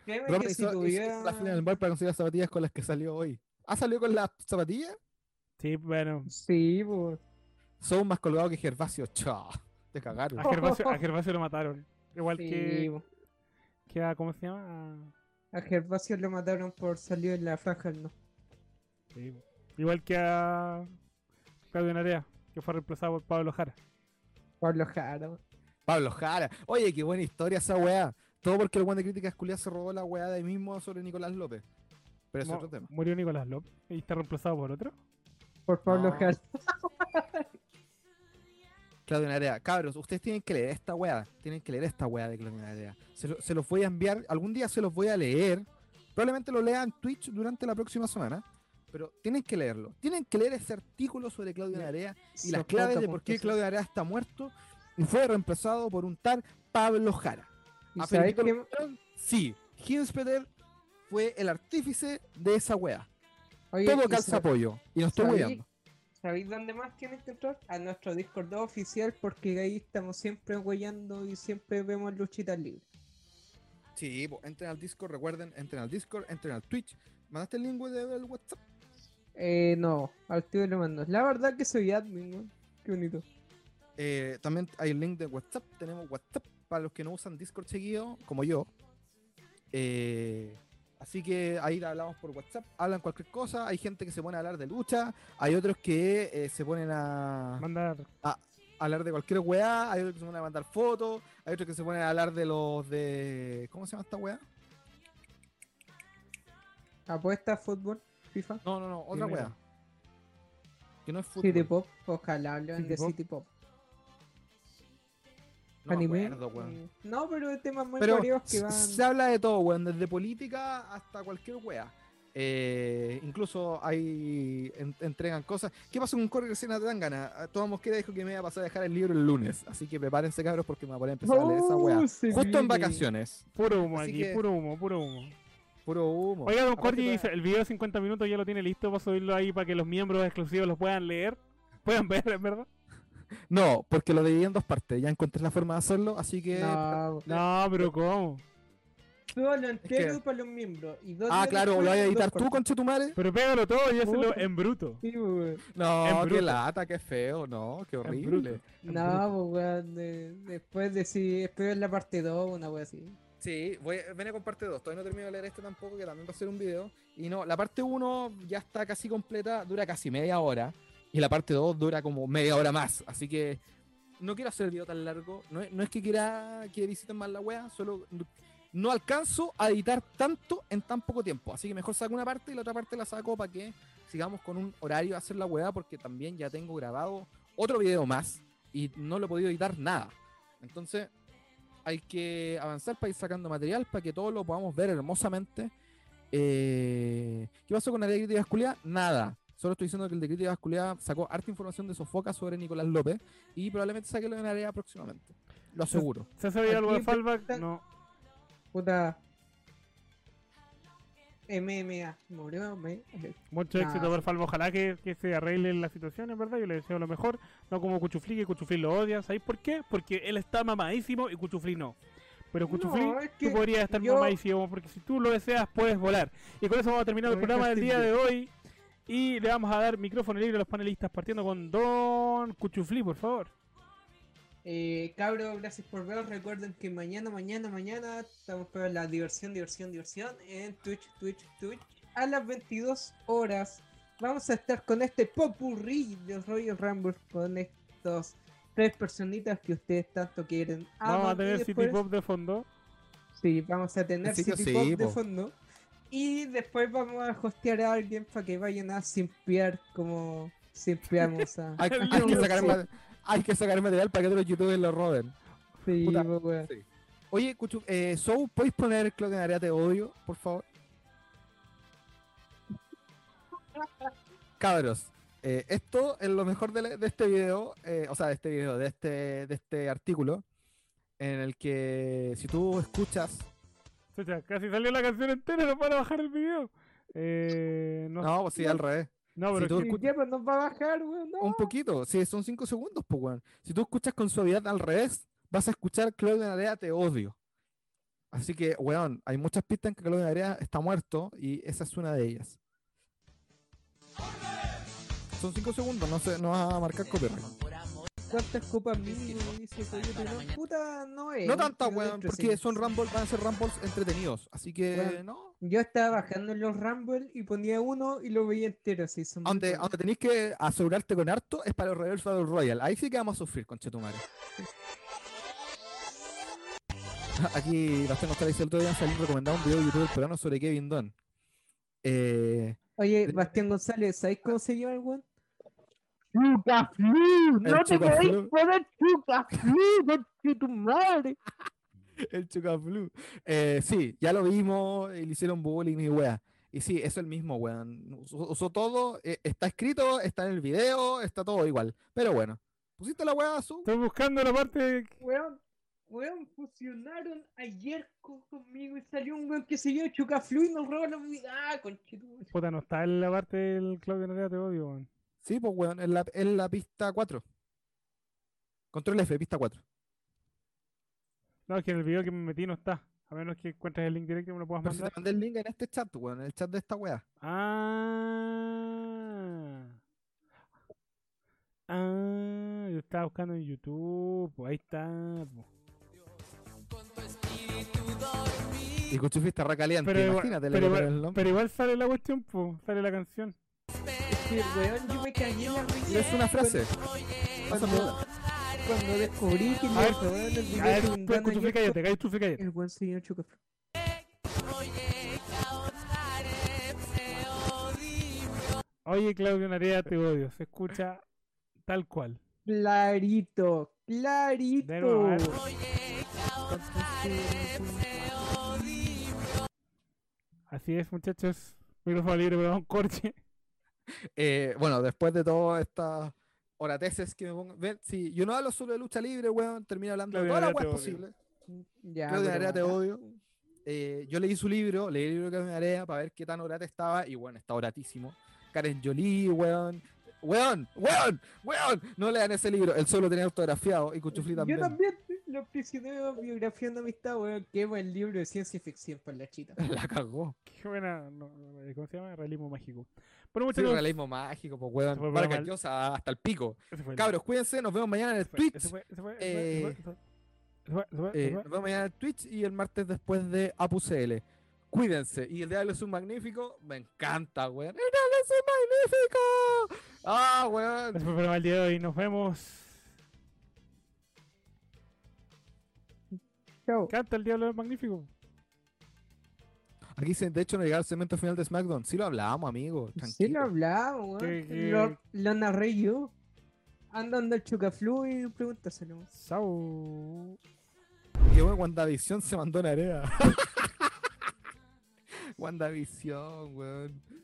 Speaker 3: Créeme
Speaker 4: Romy
Speaker 3: que si
Speaker 4: hizo, hizo
Speaker 3: tuviera-
Speaker 4: la fila en el bar para conseguir las zapatillas con las que salió hoy. ¿Ha salido con las zapatillas?
Speaker 2: Sí, bueno.
Speaker 3: Sí, pues.
Speaker 4: Son más colgados que Gervasio. Chao. Te cagaron.
Speaker 2: A
Speaker 3: Oh.
Speaker 2: Gervasio, a Gervasio lo mataron. Igual
Speaker 3: Sí,
Speaker 2: que,
Speaker 3: po.
Speaker 2: que a, ¿cómo se llama?
Speaker 3: A Gervasio lo mataron por salir en la franja, ¿no?
Speaker 2: Sí. Igual que a Claudio Narea, que fue reemplazado por Pablo Jara.
Speaker 3: Pablo Jara. weón.
Speaker 4: Pablo Jara. Oye, qué buena historia esa weá. Todo porque el weón de críticas culiadas se robó la weá de ahí mismo sobre Nicolás López. Pero ese es
Speaker 2: Mu-
Speaker 4: otro tema.
Speaker 2: Murió Nicolás López y está reemplazado por otro.
Speaker 3: Por Pablo
Speaker 4: No.
Speaker 3: Jara.
Speaker 4: Claudio Narea. Cabros, ustedes tienen que leer esta weá. Tienen que leer esta weá de Claudio Narea. Se, lo- se los voy a enviar. Algún día se los voy a leer. Probablemente lo lean en Twitch durante la próxima semana. Pero tienen que leerlo. Tienen que leer ese artículo sobre Claudio Narea y las claves de por qué Claudio Narea está muerto y fue reemplazado por un tal Pablo Jara.
Speaker 3: ¿Y
Speaker 4: ¿A
Speaker 3: sabéis
Speaker 4: Felipito lo
Speaker 3: qué?
Speaker 4: mataron? Sí, Hinspeter fue el artífice de esa wea.
Speaker 3: Oye,
Speaker 4: Todo
Speaker 3: ¿y
Speaker 4: calza
Speaker 3: sab-
Speaker 4: apoyo. Y no estoy
Speaker 3: sabéis-
Speaker 4: weando.
Speaker 3: ¿Sabéis dónde más tienen que entrar? A nuestro Discord oficial, porque ahí estamos siempre huellando y siempre vemos luchitas libres.
Speaker 4: Sí, po, entren al Discord, recuerden, entren al Discord, entren al Twitch. ¿Mandaste el link de- del WhatsApp?
Speaker 3: Eh, no, al tío le mando. La verdad que soy admin, weón. Qué bonito.
Speaker 4: Eh, también hay el link de WhatsApp. Tenemos WhatsApp para los que no usan Discord seguido, como yo. Eh, así que ahí hablamos por WhatsApp. Hablan cualquier cosa. Hay gente que se pone a hablar de lucha. Hay otros que eh, se ponen a.
Speaker 2: Mandar
Speaker 4: hablar de cualquier weá, hay otros que se ponen a mandar fotos, hay otros que se ponen a hablar de los de. ¿Cómo se llama esta weá?
Speaker 3: Apuesta fútbol, FIFA,
Speaker 4: No, no, no, otra
Speaker 2: Primero.
Speaker 4: weá. Que no es fútbol.
Speaker 3: City Pop. Ojalá hablen
Speaker 2: City
Speaker 3: de
Speaker 2: Pop.
Speaker 3: City Pop.
Speaker 4: no me
Speaker 3: anime.
Speaker 4: acuerdo, weón.
Speaker 3: Mm, No, pero hay temas muy
Speaker 4: Pero
Speaker 3: variados que
Speaker 4: se-
Speaker 3: van.
Speaker 4: se habla de todo, weón, desde política hasta cualquier weá. Eh, incluso hay en- entregan cosas. ¿Qué pasó con Corre recién a Tangana? Toda Mosquera dijo que me iba a pasar a dejar el libro el lunes. Así que prepárense, cabros, porque me voy a poner a empezar a leer esa weá.
Speaker 3: Oh, se
Speaker 4: Justo en
Speaker 3: viene.
Speaker 4: vacaciones.
Speaker 2: puro humo
Speaker 4: Así
Speaker 2: aquí,
Speaker 4: que-
Speaker 2: puro humo, puro humo.
Speaker 4: Puro humo.
Speaker 2: Oiga, don
Speaker 4: Aparte
Speaker 2: Corti
Speaker 4: todavía-
Speaker 2: dice, el video de 50 minutos ya lo tiene listo para subirlo ahí para que los miembros exclusivos los puedan leer. Puedan ver, en verdad.
Speaker 4: No, porque lo dividí en dos partes. Ya encontré la forma de hacerlo, así que. Ah,
Speaker 3: No,
Speaker 2: No, pero ¿cómo?
Speaker 3: solo entero
Speaker 4: Eh, Es que-
Speaker 3: para los miembros. Y dos
Speaker 4: Ah,
Speaker 3: días
Speaker 4: claro,
Speaker 3: después,
Speaker 4: ¿lo vas a
Speaker 3: dos
Speaker 4: editar tú,
Speaker 3: cortes.
Speaker 4: concha tu madre?
Speaker 2: Pero pégalo todo y hazlo
Speaker 3: Puta.
Speaker 2: en bruto.
Speaker 3: Sí, weón.
Speaker 2: En
Speaker 4: No,
Speaker 2: bruto.
Speaker 4: qué lata, qué feo, no, qué
Speaker 2: En
Speaker 4: horrible.
Speaker 2: bruto.
Speaker 3: No, pues weón. de- después de si. Después la parte 2, una wea así.
Speaker 4: Sí, voy, ven a compartir dos. Todavía no termino de leer este tampoco, que también va a ser un video. Y no, la parte 1 ya está casi completa, dura casi media hora. Y la parte 2 dura como media hora más. Así que no quiero hacer el video tan largo. No, es- no es que quiera que visiten más la wea, solo no- no alcanzo a editar tanto en tan poco tiempo. Así que mejor saco una parte y la otra parte la saco para que sigamos con un horario a hacer la wea, porque también ya tengo grabado otro video más y no lo he podido editar nada. Entonces, hay que avanzar para ir sacando material para que todos lo podamos ver hermosamente. Eh, ¿Qué pasó con la ley de crítica vascular? Nada. Solo estoy diciendo que el de crítica vascular sacó harta información de Sofoca sobre Nicolás López y probablemente saque lo de área próximamente. Lo aseguro.
Speaker 2: ¿Se ha sabido algo de
Speaker 3: Aquí
Speaker 2: Fallback?
Speaker 3: están-
Speaker 2: No.
Speaker 3: Puta. MMA. Murió, me.
Speaker 2: Mucho
Speaker 3: Nah.
Speaker 2: éxito por Falvo. Ojalá que, que se arregle la situación, en verdad. Yo le deseo lo mejor. No como Cuchufli, que Cuchufli lo odia. ¿Sabéis por qué? Porque él está mamadísimo y Cuchufli no. Pero Cuchufli,
Speaker 3: No, es que
Speaker 2: tú podrías estar
Speaker 3: yo-
Speaker 2: mamadísimo porque si tú lo deseas, puedes volar. Y con eso vamos a terminar el
Speaker 3: Lo
Speaker 2: programa del día
Speaker 3: dejaste
Speaker 2: de hoy. Y le vamos a dar micrófono libre a los panelistas, partiendo con Don Cuchufli, por favor.
Speaker 3: Eh, cabros, gracias por ver. Recuerden que mañana, mañana, mañana estamos para la diversión, diversión, diversión en Twitch, Twitch, Twitch a las 22 horas. Vamos a estar con este popurrí de Royal Rumble con estos tres personitas que ustedes tanto quieren.
Speaker 2: vamos a
Speaker 3: aman, Ah, y
Speaker 2: tener City
Speaker 3: después-
Speaker 2: Pop de fondo.
Speaker 3: Sí, vamos a tener
Speaker 4: Así que
Speaker 3: City
Speaker 4: sí,
Speaker 3: Pop de
Speaker 4: po.
Speaker 3: fondo. Y después vamos a hostear a alguien para que vayan a simpear como simpeamos a.
Speaker 4: Hay, hay que, sacar, ma- hay que sacar material para que otros youtubers lo roben.
Speaker 3: Sí,
Speaker 4: puta.
Speaker 3: po, weón.
Speaker 4: Oye, Cuchu, eh, Sou, ¿puedes poner Claudia Narea te odio, por favor? Cabros, eh, esto es lo mejor de, la- de este video, eh, o sea, de este video, de este, de este artículo, en el que si tú escuchas...
Speaker 2: Chucha, casi salió la canción entera, no para bajar el video. Eh, no,
Speaker 4: No, pues sí, al revés.
Speaker 2: no, pero
Speaker 4: si
Speaker 2: es
Speaker 4: tú
Speaker 2: que-
Speaker 3: Sí,
Speaker 4: escuchas-
Speaker 3: ya, pues nos va a bajar, weón. no.
Speaker 4: Un poquito, sí, son cinco segundos, pues, weón. Si tú escuchas con suavidad al revés, vas a escuchar Claudio Narea te odio. Así que, weón, hay muchas pistas en que Claudio Narea está muerto y esa es una de ellas. Son cinco segundos, no, se, no va a marcar copyright.
Speaker 3: ¿Cuántas copas mínimo dice Coyote? No, puta, no es.
Speaker 4: No tantas,
Speaker 3: pero
Speaker 4: weón,
Speaker 3: dentro sí.
Speaker 4: porque son Rumble, van a ser Rumbles entretenidos. Así que,
Speaker 3: Weón.
Speaker 4: no.
Speaker 3: Yo estaba bajando los Rumble y ponía uno y lo veía entero, así son. muy
Speaker 4: Donde,
Speaker 3: buenos.
Speaker 4: donde tenéis que asegurarte con harto es para el Reverse Battle Royal. Ahí sí que vamos a sufrir, conchetumare. Aquí las tengo dice el otro día salió recomendado un video de YouTube peruano sobre Kevin Dunn. Eh,
Speaker 3: Oye, Bastián González, ¿sabéis cómo se llama el weón?
Speaker 4: el Chocaflu, el Chocaflu. Eh, sí, ya lo vimos, y le hicieron bullying y wea. Y sí, es el mismo, weón. Usó, usó todo, eh, está escrito, está en el video, está todo igual. Pero bueno, pusiste la wea azul.
Speaker 2: Estoy buscando la parte
Speaker 3: Weón, weón, fusionaron ayer con- conmigo y salió un weón que se llama Chucaflu y nos robó la vida. Ah, conchetumare.
Speaker 2: Puta, no está en la parte del Claudio Narea, te odio, weón.
Speaker 4: Sí, pues, weón, en la, en la pista 4. Control F, pista 4.
Speaker 2: No, es que en el video que me metí no está. A menos que encuentres el link directo y me lo puedas
Speaker 4: Pero si te
Speaker 2: mandar.
Speaker 4: mandé el link en este chat, weón, en el chat de esta weá.
Speaker 2: Ah. Ah, yo estaba buscando en YouTube. po, ahí está. po.
Speaker 4: Y Cuchufi está recaliente,
Speaker 2: Pero igual,
Speaker 4: imagínate,
Speaker 2: pero
Speaker 4: le
Speaker 2: igual-
Speaker 4: cambiaron el nombre.
Speaker 2: Pero igual sale la cuestión, po, sale la canción.
Speaker 3: Sí, weón, yo me cagué en la risa
Speaker 4: Es una frase. Pasa mierda.
Speaker 3: cuando descubrí que
Speaker 2: A ver,
Speaker 3: me robaron el
Speaker 2: A
Speaker 3: video
Speaker 2: ver,
Speaker 3: que
Speaker 2: tú,
Speaker 3: mandaron
Speaker 2: Cuchufli,
Speaker 3: ayer
Speaker 2: cállate, cállate, Cuchufli,
Speaker 3: con-
Speaker 2: cállate.
Speaker 3: El weón se llama Chucaflu.
Speaker 2: Oye, Claudio Narea, te odio. Se escucha tal cual.
Speaker 3: Clarito, clarito.
Speaker 2: De nuevo, a ver. Así es, muchachos. Micrófono libre, pero un corche.
Speaker 4: Eh, bueno, después de todas estas orateces que me pongo. Ven, si yo no hablo solo de lucha libre, weón, termino hablando de
Speaker 2: Claudia
Speaker 4: todas las
Speaker 2: Narea,
Speaker 4: weas
Speaker 2: te odio.
Speaker 4: posibles.
Speaker 3: Ya,
Speaker 4: Claudia
Speaker 3: pero
Speaker 4: Narea, te
Speaker 3: acá-
Speaker 4: odio. Eh, yo leí su libro, leí el libro de Claudia Narea para ver qué tan orate estaba, y bueno, está oratísimo. Karen Jolie, weón. Weón, weón, weón. No lean ese libro, él solo tenía autografiado y Cuchufli también.
Speaker 3: Yo también, los prisioneros biografían de amistad, weón, qué buen libro de ciencia ficción para la chita.
Speaker 4: La cagó.
Speaker 2: Qué buena. no, no, eh, ¿Cómo se llama? Realismo mágico. Bueno,
Speaker 4: Sí,
Speaker 2: muchachos.
Speaker 4: realismo mágico, pues weón.
Speaker 2: Se fue
Speaker 4: Vargas
Speaker 2: mal.
Speaker 4: Llosa hasta el pico.
Speaker 2: ese fue el-
Speaker 4: Cabros, cuídense, nos vemos mañana en el
Speaker 2: ese fue-
Speaker 4: Twitch.
Speaker 2: ese fue- ese fue- ese fue-
Speaker 4: Eh,
Speaker 2: ese fue-
Speaker 4: Eh, nos vemos mañana en Twitch y el martes después de ApuCL. Cuídense. Y el Diablo es un magnífico. Me encanta, weón. ¡El Diablo es un magnífico! ¡Ah, weón!
Speaker 2: Gracias por el programa del día de hoy. Nos vemos.
Speaker 3: Chao.
Speaker 2: Canta el diablo del magnífico.
Speaker 4: Aquí, se- de hecho, no llegaba el segmento final de SmackDown. Sí lo hablábamos, amigo.
Speaker 3: Sí lo
Speaker 4: Tranquilo.
Speaker 3: hablamos, weón.
Speaker 2: Que-
Speaker 3: Lo, lo narré yo. Andando el chocaflu y pregúntaselo.
Speaker 2: Chao.
Speaker 4: Que bueno, WandaVision se mandó una hereda. WandaVision, weón.